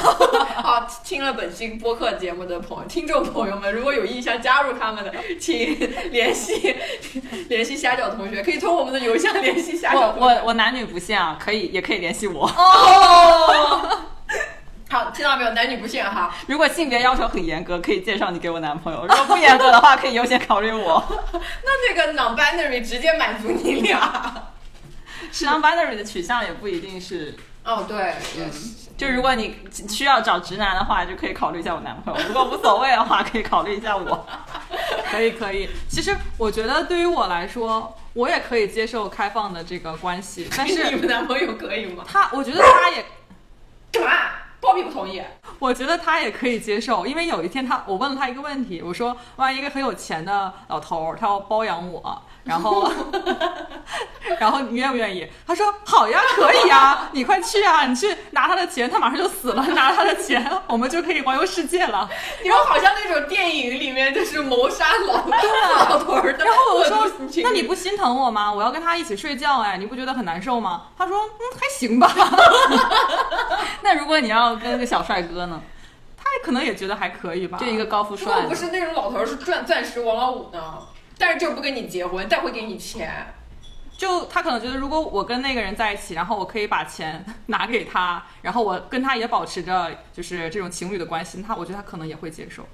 S2: 啊，听了本期播客节目的朋友、听众朋友们，如果有意向加入他们的，请联系联系虾饺同学，可以通过我们的邮箱联系虾
S3: 我
S2: 饺同学。
S3: 我我男女不限啊，可以也可以联系我。
S2: 好，听到没有？男女不限哈。
S3: 如果性别要求很严格，可以介绍你给我男朋友；如果不严格的话，可以优先考虑 我。
S2: 那那个 non-binary 直接满足你俩。
S3: Non-binary 啊的取向也不一定是，
S2: 哦，对，也是。
S3: 就如果你需要找直男的话，就可以考虑一下我男朋友；如果无所谓的话，可以考虑一 下我。
S1: 可以可以。其实我觉得对于我来说，我也可以接受开放的这个关系，但
S2: 你
S1: 是
S2: 们男朋友可以吗？
S1: 他，我觉得他也，
S2: 干嘛？鲍比不同意。
S1: 我觉得他也可以接受，因为有一天他，我问了他一个问题，我说，万一一个很有钱的老头儿，他要包养我，然后， 然后你愿不愿意？他说好呀，可以呀，你快去啊，你去拿他的钱，他马上就死了，拿他的钱，我们就可以环游世界了。
S2: 你们好像那种电影里面就是谋杀老老头儿的。
S1: 然后我说：“那
S2: 那
S1: 你不心疼我吗？我要跟他一起睡觉，哎，你不觉得很难受吗？”他说：“嗯，还行吧。
S3: 那如果你要跟个小帅哥呢？”
S1: 他可能也觉得还可以吧。
S3: 就一个高富
S2: 如果
S3: 帅
S2: 不，是那种老头儿，是钻钻石王老五呢？但是就是不跟你结婚，但会给你钱。
S1: 就他可能觉得，如果我跟那个人在一起，然后我可以把钱拿给他，然后我跟他也保持着就是这种情侣的关系，他我觉得他可能也会接受。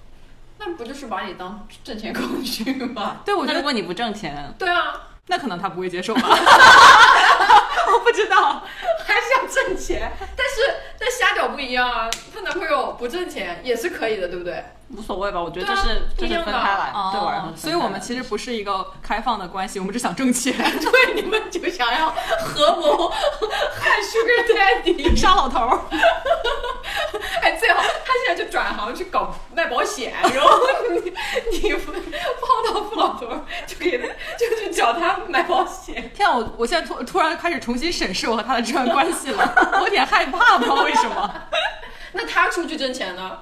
S2: 那不就是把你当挣钱工具吗？
S1: 对，我觉
S3: 那如
S1: 得
S3: 果你不挣钱，
S2: 对啊，
S1: 那可能他不会接受吧。 我不知道，
S2: 还是要挣钱。但是但虾饺不一样啊，她男朋友不挣钱也是可以的，对不对？
S3: 无所谓吧？我觉
S2: 对
S3: 得这
S2: 啊
S3: 是
S2: 不
S3: 这
S2: 一
S3: 是
S2: 样
S3: 分
S2: 的
S3: 开来，对我来
S1: 哦
S3: 说是分开来的，
S1: 所以我们其实不是一个开放的关系，我们只想挣钱，
S2: 对，你们就想要合谋和 Sugar Daddy，
S1: 杀老头儿。
S2: 哎，最好他现在就转行去搞卖保险，然后你你碰到富老头儿就给他就去找他买保险。
S1: 天啊，我我现在突突然开始重新审视我和他的这段关系了， 我有点害怕，不知道为什么。
S2: 那他出去挣钱呢？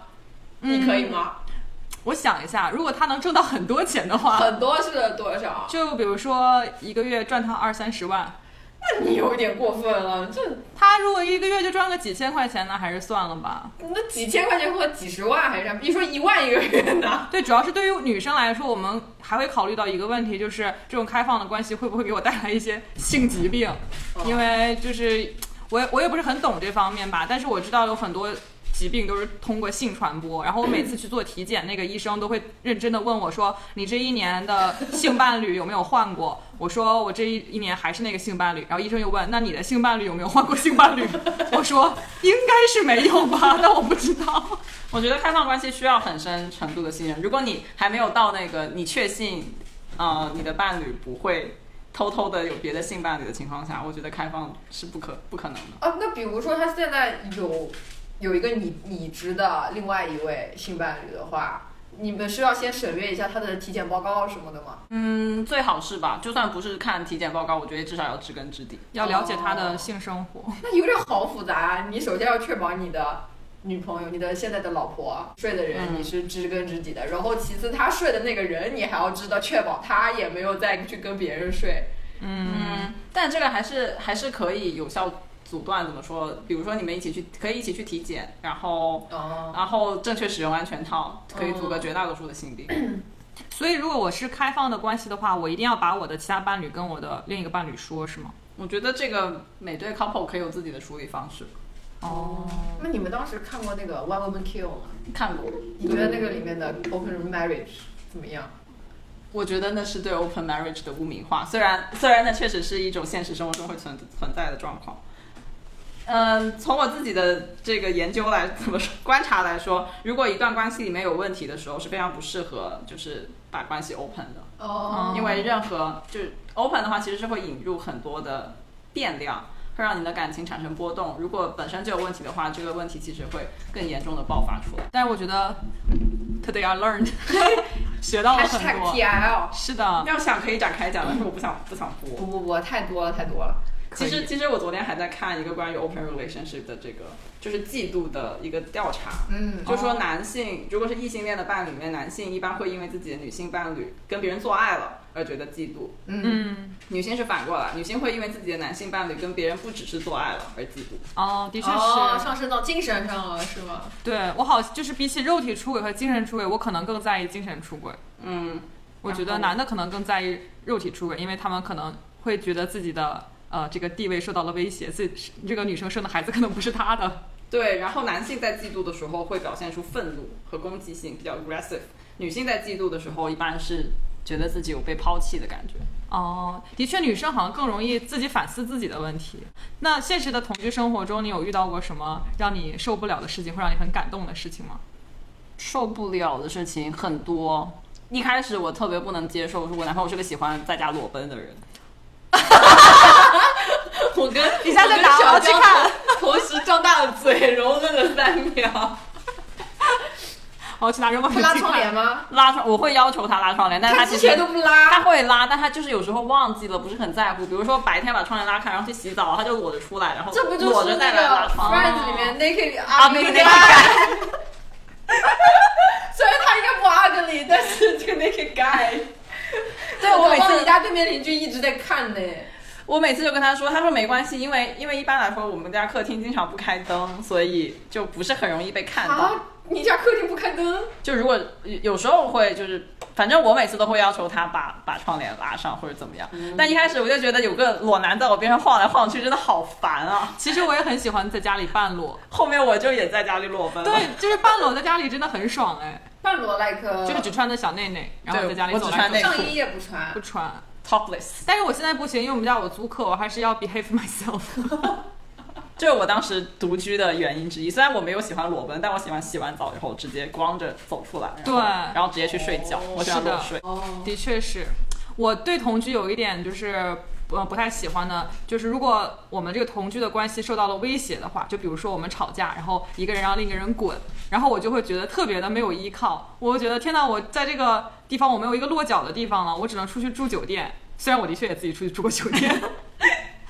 S2: 你可以吗？
S1: 我想一下，如果他能挣到很多钱的话，
S2: 很多是多少？
S1: 就比如说一个月赚他二三十万，
S2: 那你有点过分了，这
S1: 他如果一个月就赚个几千块钱，那还是算了吧。
S2: 那几千块钱和几十万还是啥？一说一万一个月呢？
S1: 对，主要是对于女生来说，我们还会考虑到一个问题，就是这种开放的关系会不会给我带来一些性疾病？因为就是我也我也不是很懂这方面吧，但是我知道有很多疾病都是通过性传播。然后我每次去做体检，那个医生都会认真的问我说：“你这一年的性伴侣有没有换过？”我说：“我这一一年还是那个性伴侣。”然后医生又问：“那你的性伴侣有没有换过性伴侣？”我说：“应该是没有吧，但我不知道。
S3: 我觉得开放关系需要很深程度的信任。如果你还没有到那个你确信，呃，你的伴侣不会偷偷的有别的性伴侣的情况下，我觉得开放是不可不可能的。
S2: 啊，那比如说他现在有有一个你已知的另外一位性伴侣的话，你们是要先审阅一下他的体检报告什么的吗？
S3: 嗯，最好是吧？就算不是看体检报告，我觉得至少要知根知底。”
S1: 要了解他的性生活。
S2: 那有点好复杂、啊你首先要确保你的女朋友、你的现在的老婆睡的人
S3: 嗯
S2: 你是知根知底的，然后其次她睡的那个人你还要知道，确保她也没有再去跟别人睡。
S3: 嗯，但这个还是还是可以有效阻断。怎么说？比如说你们一起去，可以一起去体检，然后
S2: 哦，
S3: 然后正确使用安全套，可以阻隔绝大多数的性病。
S1: 所以如果我是开放的关系的话，我一定要把我的其他伴侣跟我的另一个伴侣说，是吗？
S3: 我觉得这个每对 couple 可以有自己的处理方式。
S1: 哦，
S2: 那你们当时看过那个《One Woman Kill》吗？
S3: 看过，
S2: 你觉得那个里面的 open marriage 怎么样？
S3: 我觉得那是对 open marriage 的污名化，虽然虽然那确实是一种现实生活中会存存在的状况。嗯，从我自己的这个研究来怎么说观察来说，如果一段关系里面有问题的时候，是非常不适合就是把关系 open 的，
S2: 哦
S3: 因为任何就是 open 的话，其实是会引入很多的变量，会让你的感情产生波动。如果本身就有问题的话，这个问题其实会更严重的爆发出来。
S1: 但是我觉得 today I learned 学到了很
S2: Hashtag
S1: 多。
S2: TIL，
S1: 是的，
S3: 要想可以展开讲，但是我不想不想播
S2: 不。不不，太多了太多了。
S1: 可
S3: 其
S1: 以
S3: 实其实我昨天还在看一个关于 open relationship 的这个就是嫉妒的一个调查，
S2: 嗯
S3: 就说
S1: 哦
S3: 男性、如果是异性恋的伴侣里面，男性一般会因为自己的女性伴侣跟别人做爱了而觉得嫉妒，
S2: 嗯，
S1: 嗯，
S3: 女性是反过来，女性会因为自己的男性伴侣跟别人不只是做爱了而嫉妒。
S1: 哦，的确是，
S2: 哦，上升到精神上了是 吗？
S1: 对我好就是比起肉体出轨和精神出轨，我可能更在意精神出轨。
S3: 嗯，
S1: 我觉
S3: 然
S1: 得
S3: 后
S1: 男的可能更在意肉体出轨，因为他们可能会觉得自己的呃这个地位受到了威胁，自己这个女生生的孩子可能不是他的。
S3: 对。然后男性在嫉妒的时候会表现出愤怒和攻击性，比较 aggressive；女性在嫉妒的时候一般是觉得自己有被抛弃的感觉。
S1: 哦，的确，女生好像更容易自己反思自己的问题。那现实的同居生活中，你有遇到过什么让你受不了的事情，或让你很感动的事情吗？
S3: 受不了的事情很多。一开始我特别不能接受，是我男朋友是个喜欢在家裸奔 的人。我跟
S1: 你下次
S3: 我跟
S1: 打
S3: 小
S1: 我去
S3: 张
S1: 看
S3: 同，同时张大了嘴，揉闷了三 秒。
S1: 我去拿扔吧。
S2: 会拉窗帘吗？
S3: 拉窗，我会要求他拉窗帘，但是
S2: 他
S3: 他
S2: 之
S3: 其
S2: 前
S3: 实
S2: 都不拉，
S3: 他会拉，但他就是有时候忘记了，不是很在乎。比如说白天把窗帘拉开，然后去洗澡，他就裸着出来，然后
S2: 这不就
S3: 裸
S2: 是
S3: 着
S2: 那
S3: 再来拉
S2: 个
S3: 窗帘。
S2: Friends 里面 Naked
S3: 啊，
S2: 阿
S3: 没
S2: 明
S3: 有
S2: 的
S3: 那个
S2: 爱？
S3: 感觉
S2: 虽然他应该不 ugly，但是这个 Naked guy，对我
S3: 我每次
S2: 忘了你家对面邻居一直在看呢。
S3: 我每次就跟他说，他说没关系，因为因为一般来说我们家客厅经常不开灯，所以就不是很容易被看到。
S2: 啊，你家客厅不开灯？
S3: 就如果有有时候会就是，反正我每次都会要求他把把窗帘拉上或者怎么样。
S1: 嗯
S3: 但一开始我就觉得有个裸男在我边上晃来晃去，真的好烦啊。
S1: 其实我也很喜欢在家里半裸，
S3: 后面我就也在家里裸奔了。
S1: 对，就是半裸在家里真的很爽哎，
S2: 半裸 like，
S1: 就是只穿着小内内，然后
S3: 嗯对
S1: 在家里
S3: 我
S1: 走
S3: 只
S1: 来
S3: 穿
S1: 走
S3: 内
S1: 去
S2: 上衣也不穿
S1: 不。穿。
S3: ，topless。
S1: 但是我现在不行，因为我们家有租客，我还是要 behave myself。
S3: 这是我当时独居的原因之一。虽然我没有喜欢裸奔，但我喜欢洗完澡以后直接光着走出来，然后
S1: 对
S3: 然后直接去睡觉。我喜欢
S1: 是的
S3: 裸睡。
S2: 哦，
S1: 的确是，我对同居有一点就是。呃，不太喜欢的就是，如果我们这个同居的关系受到了威胁的话，就比如说我们吵架，然后一个人让另一个人滚，然后我就会觉得特别的没有依靠。我会觉得天呐，我在这个地方我没有一个落脚的地方了，我只能出去住酒店。虽然我的确也自己出去住过酒店，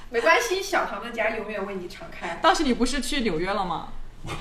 S2: 没关系，小唐的家永远为你敞开。
S1: 当时你不是去纽约了吗？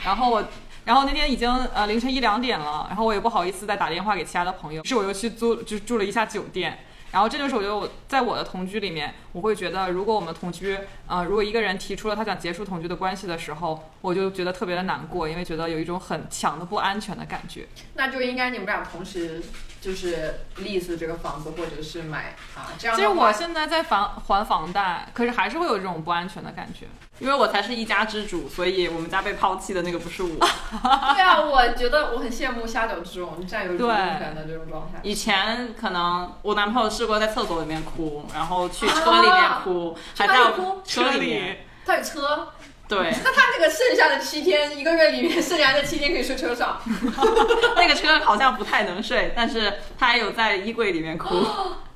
S1: 然后我，然后那天已经呃凌晨一两点了，然后我也不好意思再打电话给其他的朋友，于是我又去租就住了一下酒店。然后这就是我觉得我在我的同居里面，我会觉得如果我们同居，呃，如果一个人提出了他想结束同居的关系的时候，我就觉得特别的难过，因为觉得有一种很强的不安全的感觉。
S2: 那就应该你们俩同时就是利 e 这个房子，或者是买啊，这样
S1: 其
S2: 的
S1: 实
S2: 话
S1: 我现在在房还房贷，可是还是会有这种不安全的感觉。
S3: 因为我才是一家之主，所以我们家被抛弃的那个不是我。
S2: 对啊，我觉得我很羡慕虾饺这种占有主
S1: 对
S2: 动权的这种状态。
S3: 以前可能我男朋友试过在厕所里面哭，然后去车里面哭，还在
S2: 哪里
S3: 我
S2: 哭
S3: 车里面。
S1: 里
S2: 他有车，
S3: 对，
S2: 那他这个剩下的七天，一个月里面剩下的七天可以睡 车上，
S3: 那个车好像不太能睡，但是他还有在衣柜里面哭，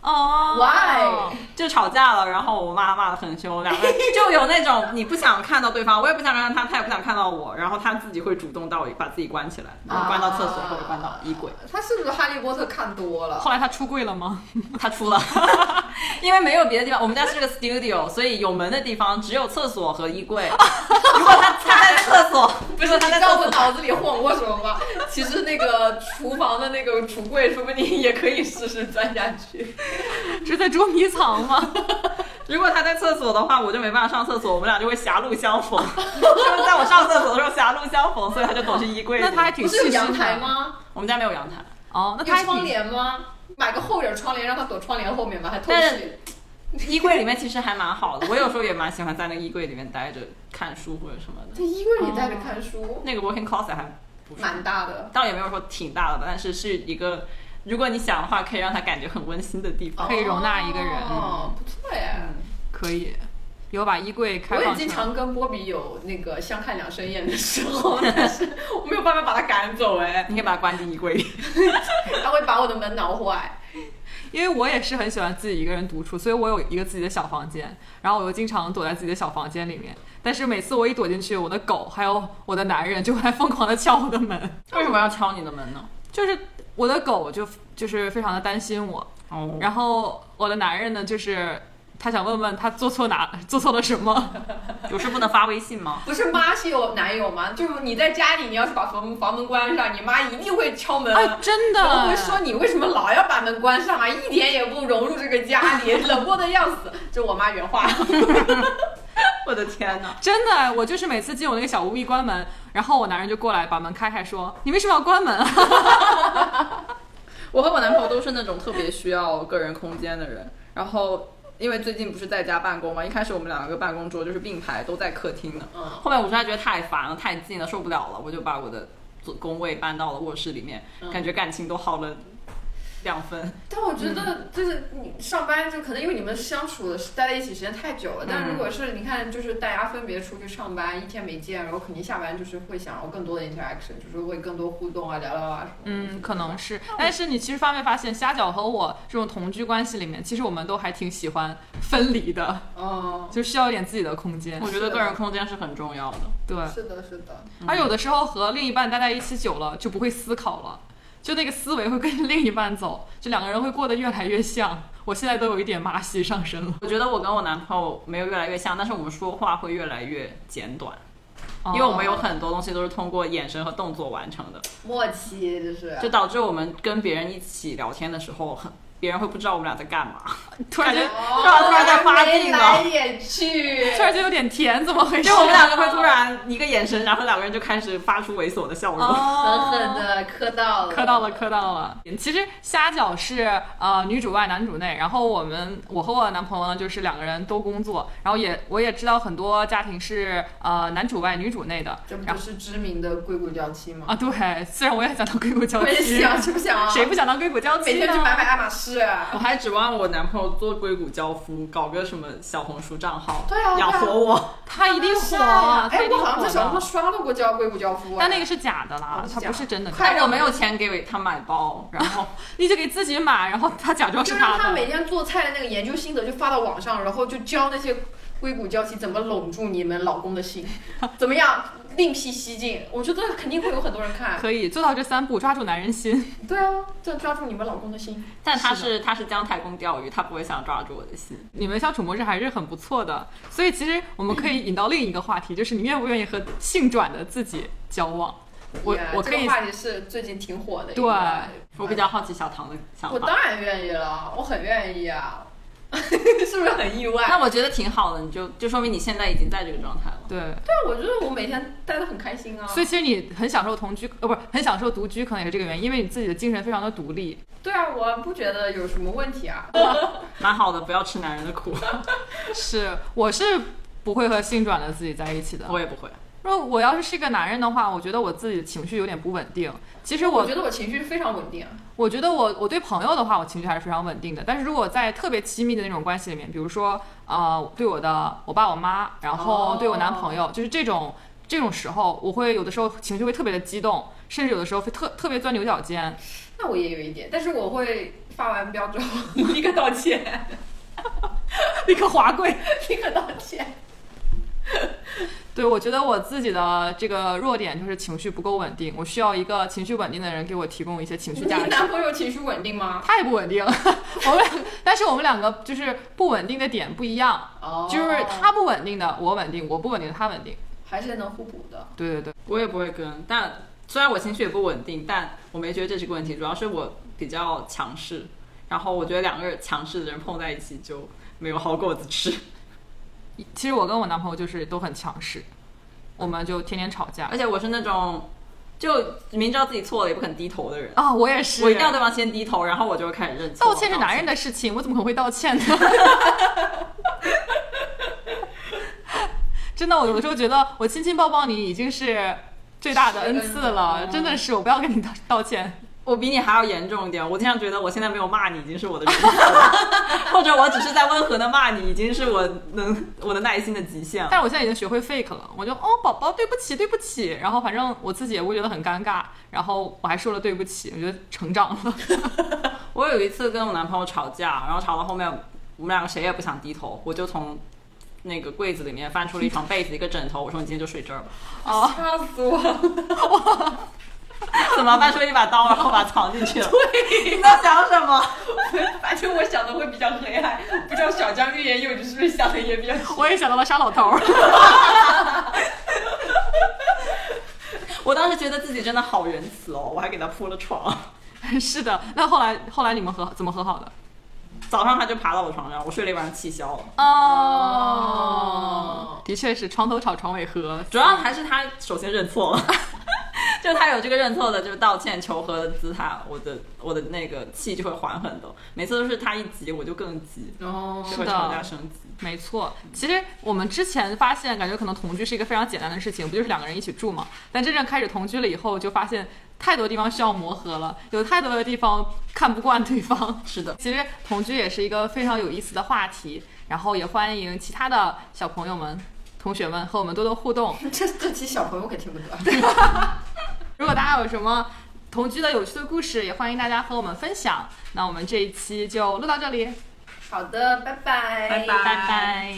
S1: 哦
S2: Why？
S3: 就吵架了，然后我骂骂的很凶，两个人就有那种你不想看到对方，我也不想看到他，他也不想看到我，然后他自己会主动到把自己关起来，然后关到厕所或者关到衣柜。
S2: 他是不是哈利波特看多了？
S1: 后来他出柜了吗？
S3: 他出了，因为没有别的地方，我们家是个 studio，所以有门的地方只有厕所和衣 柜。如果他他在厕所，
S2: 不是，
S3: 如果
S2: 你知
S3: 他在
S2: 道
S3: 厕
S2: 我
S3: 所，
S2: 脑子里晃过什么吗？其实那个厨房的那个橱柜，说不定也可以试试钻下 去。
S1: 是在捉迷藏吗？
S3: 如果他在厕所的话，我就没办法上厕所，我们俩就会狭路相逢。 就是在我上厕所的时候狭路相逢，所以他就躲去衣柜里。
S1: 那他还挺
S2: 不是有
S1: 细心
S2: 阳台
S1: 的？
S2: 吗？
S3: 我们家没有阳台，
S1: 哦，那
S2: 有
S1: 他还
S2: 窗
S1: 挺
S2: 帘吗？买个厚点儿窗帘，让他躲窗帘后面嘛，还透
S3: 但
S2: 气。
S3: 衣柜里面其实还蛮好的。我有时候也蛮喜欢在那个衣柜里面待着看书或者什么的。
S2: 在衣柜里
S1: 哦
S2: 待着看书，
S3: 那个 working closet 还不错，
S2: 蛮大的。
S3: 倒也没有说挺大的吧，但是是一个如果你想的话，可以让他感觉很温馨的地方。
S1: 可以容纳一个人嗯
S2: 哦，不错耶。
S1: 可以，有把衣柜开
S2: 我
S1: 放出来。
S2: 也经常跟波比有那个相看两生厌的时候， 但是我没有办法把他赶走哎，
S3: 你可以把它关进衣柜里。
S2: 他会把我的门挠坏。
S1: 因为我也是很喜欢自己一个人独处，所以我有一个自己的小房间，然后我又经常躲在自己的小房间里面。但是每次我一躲进去，我的狗还有我的男人就会来疯狂的敲我的 门，
S3: 为什么要敲你的门呢？
S1: 就是我的狗就就是非常的担心我，
S2: 嗯
S3: 哦，
S1: 然后我的男人呢就是他想问问他做错哪 做错了什么。
S2: 啊
S3: 有事不能发微信吗？
S2: 不是妈是有男友吗？就是你在家里，你要是把房门房门关上，你妈一定会敲门。
S1: 哎，真
S2: 然后
S1: 的
S2: 会，说你为什么老要把门关上啊？一点也不融入这个家里， 冷漠的要死。这我妈原话。
S3: 我的天哪！
S1: 真的，我就是每次进我那个小屋一关门，然后我男人就过来把门开开说：“你为什么要关门啊
S4: 我和我男朋友都是那种特别需要个人空间的人，然后。因为最近不是在家办公嘛，一开始我们两个办公桌就是并排都在客厅的，
S2: 嗯，
S3: 后面我实在觉得太烦了，太近了，受不了了，我就把我的座工位搬到了卧室里面，
S2: 嗯
S3: 感觉感情都好了两 分。
S2: 但我觉得就是你上班就可能因为你们相处的待在一起时间太久了，但如果是你看就是大家分别出去上班一天没见，然后肯定下班就是会想要更多的 interaction，就是会更多互动啊、聊聊啊什么？”。
S1: 嗯，可能是，但是你其实发没发现，虾饺和我这种同居关系里面，其实我们都还挺喜欢分离的，
S2: 哦，
S1: 就需要一点自己的空间
S3: 我。嗯觉得个人空间是很重要的。
S1: 对，
S2: 是的，是的。
S1: 而有的时候和另一半待在一起久了，就不会思考了，就那个思维会跟着另一半走，就两个人会过得越来越像。我现在都有一点麻习上身了，
S3: 我觉得我跟我男朋友没有越来越像，但是我们说话会越来越简短，因为我们有很多东西都是通过眼神和动作完成的，
S2: 默契就是
S3: 就导致我们跟别人一起聊天的时候，很别人会不知道我们俩在干 嘛，
S1: 突然间
S2: 哦，
S3: 突然突然在发
S2: 眉
S3: 劲了
S2: 来眼去，
S1: 突然间有点甜，怎么回事？
S3: 就我们两个会突 然一个眼神，然后两个人就开始发出猥琐的笑容。
S1: 哦
S2: 狠狠的磕到了，
S1: 磕到了，磕到了。其实虾饺是呃女主外男主内，然后我们我和我男朋友呢，就是两个人都工作，然后也我也知道很多家庭是呃男主外女主内的
S2: 这不
S1: 然
S2: 就
S1: 后
S2: 是知名的硅谷娇妻吗？
S1: 啊。对，虽然我也想当硅谷娇
S2: 我也
S1: 妻，
S2: 想，是不想啊？
S1: 谁不想当硅谷娇妻
S2: 每天去买
S1: 呢？
S2: 买爱马仕？啊
S3: 我还指望我男朋友做硅谷教夫，搞个什么小红书账号，
S2: 对啊
S3: 养
S2: 对啊
S3: 活我。
S1: 他一定火，
S2: 是啊
S1: 他
S2: 哎
S1: 一，定
S2: 我好像
S1: 火
S2: 在小红
S1: 的
S2: 书。刷到过叫硅谷娇夫啊，
S1: 但那个是假的啦
S2: 哦，是
S1: 他
S2: 假
S1: 不
S2: 的
S1: 是真的。
S2: 快
S3: 但我没有钱给他买包，然 后
S1: 你就给自己买，然后他假装
S2: 就是让
S1: 他
S2: 他
S1: 的。
S2: 每天做菜的那个研究心得就发到网上，然后就教那些硅谷娇妻怎么拢住你们老公 的心，怎么样另辟蹊径。我觉得肯定会有很多人看。
S1: 可以做到这三步，抓住男人心。
S2: 对啊，这抓住你们老公的心。
S3: 但他是他是姜太公钓鱼，他不会想抓住我的心。
S1: 你们相处模式还是很不错的，所以其实我们可以引到另一个话题，就是你愿不愿意和性转的自己交往？我
S2: Yeah，
S1: 我
S2: 这
S1: 可以
S2: 个话题是最近挺火的一个。哎
S1: 对
S3: 我比较好奇小唐的想
S2: 我
S3: 法。
S2: 当然愿意了，我很愿意啊， 是不是很意外？
S3: 那我觉得挺好的，你就就说明你现在已经在这个状态了。
S1: 对，
S2: 但啊我觉得我每天待的很开心啊。
S1: 所以其实你很享受同居，呃，不是很享受独居，可能也是这个原因，因为你自己的精神非常的独立。
S2: 对啊，我不觉得有什么问题啊。
S3: 蛮好的，不要吃男人的 苦，
S1: 是，我是不会和性转的自己在一起的。
S3: 我也不 会。
S1: 如果我要是是个男人的话，我觉得我自己的情绪有点不稳定。其实我
S2: 我觉得我情绪非常稳定啊。
S1: 我觉得我我对朋友的话，我情绪还是非常稳定的。但是如果在特别亲密的那种关系里面，比如说呃，对我的我爸我妈，然后
S2: 哦
S1: 对我男朋友，就是这种这种时候，我会有的时候情绪会特别的激动，甚至有的时候会特特别钻牛角尖。
S2: 那我也有一点，但是我会发完飙之后 立刻道歉，
S1: 立刻滑跪。
S2: 立刻道歉。
S1: 对，我觉得我自己的这个弱点就是情绪不够稳定，我需要一个情绪稳定的人给我提供一些情
S2: 你
S1: 绪价值。
S2: 男朋友情绪稳定吗？
S1: 太不稳定， 我们两个，但是我们两个就是不稳定的点不一样，
S2: 哦
S1: 就是他不稳定的我稳定，我不稳定的他稳定。
S2: 还是能互补的。
S1: 对对对，
S3: 我也不会跟，但虽然我情绪也不稳定，但我没觉得这是个问题，主要是我比较强势，然后我觉得两个人强势的人碰在一起就没有好果子吃，
S1: 其实我跟我男朋友就是都很强势，我们就天天吵架
S3: 而且我是那种就明知道自己错了也不肯低头的人，
S1: 啊，我也是，
S3: 我一定要对方先低头，然后我就会开始认错。
S1: 道歉是男人的事情，我怎么可能会道歉呢？ 真的，我有的时候觉得我亲亲抱抱你已经是最大的恩赐了，真的是我不要跟你道道歉。
S3: 我比你还要严重一点，我经常觉得我现在没有骂你已经是我的仁 慈了，或者我只是在温和的骂你已经是我能我的耐心的极限了。
S1: 但是我现在已经学会 fake 了，我就哦，宝宝，对不起，对不起。然后反正我自己也不会觉得很尴尬，然后我还说了对不起，我觉得成长了。
S3: 我有一次跟我男朋友吵架，然后吵到后面，我们两个谁也不想低头，我就从那个柜子里面翻
S2: 哦
S3: 出了一床被子、一个枕头，我说你今天就睡这儿吧。
S1: 哦，
S2: 吓死我！
S3: 怎么办出一把刀，然后把它藏进去了？对，你在想什么？
S2: 反正我想的会比较黑暗，不知道小江绿叶柚子是不是想的也比较奇
S1: 我也想到了杀老头儿。
S3: 我当时觉得自己真的好仁慈哦，我还给他铺了床。
S1: 是的，那后来后来你们和怎么和好的？
S3: 早上他就爬到我床上，我睡了一晚上气消了。
S1: 哦，的确是床头吵，床尾和。
S3: 主要还是他首先认错了， 就他有这个认错的，就是道歉求和的姿态，我的我的那个气就会缓很多。每次都是他一急，我就更急，
S2: 哦
S3: 就会吵架升级。
S1: 没错，其实我们之前发现，感觉可能同居是一个非常简单的事情，不就是两个人一起住嘛？但真正开始同居了以后，就发现太多地方需要磨合了，有太多的地方看不惯对方。
S3: 是的，
S1: 其实同居也是一个非常有意思的话题，然后也欢迎其他的小朋友们、同学们和我们多多互动。
S2: 这这期小朋友可听不得。
S1: 如果大家有什么同居的有趣的故事，也欢迎大家和我们分享。那我们这一期就录到这里，
S2: 好的，拜拜，
S1: 拜拜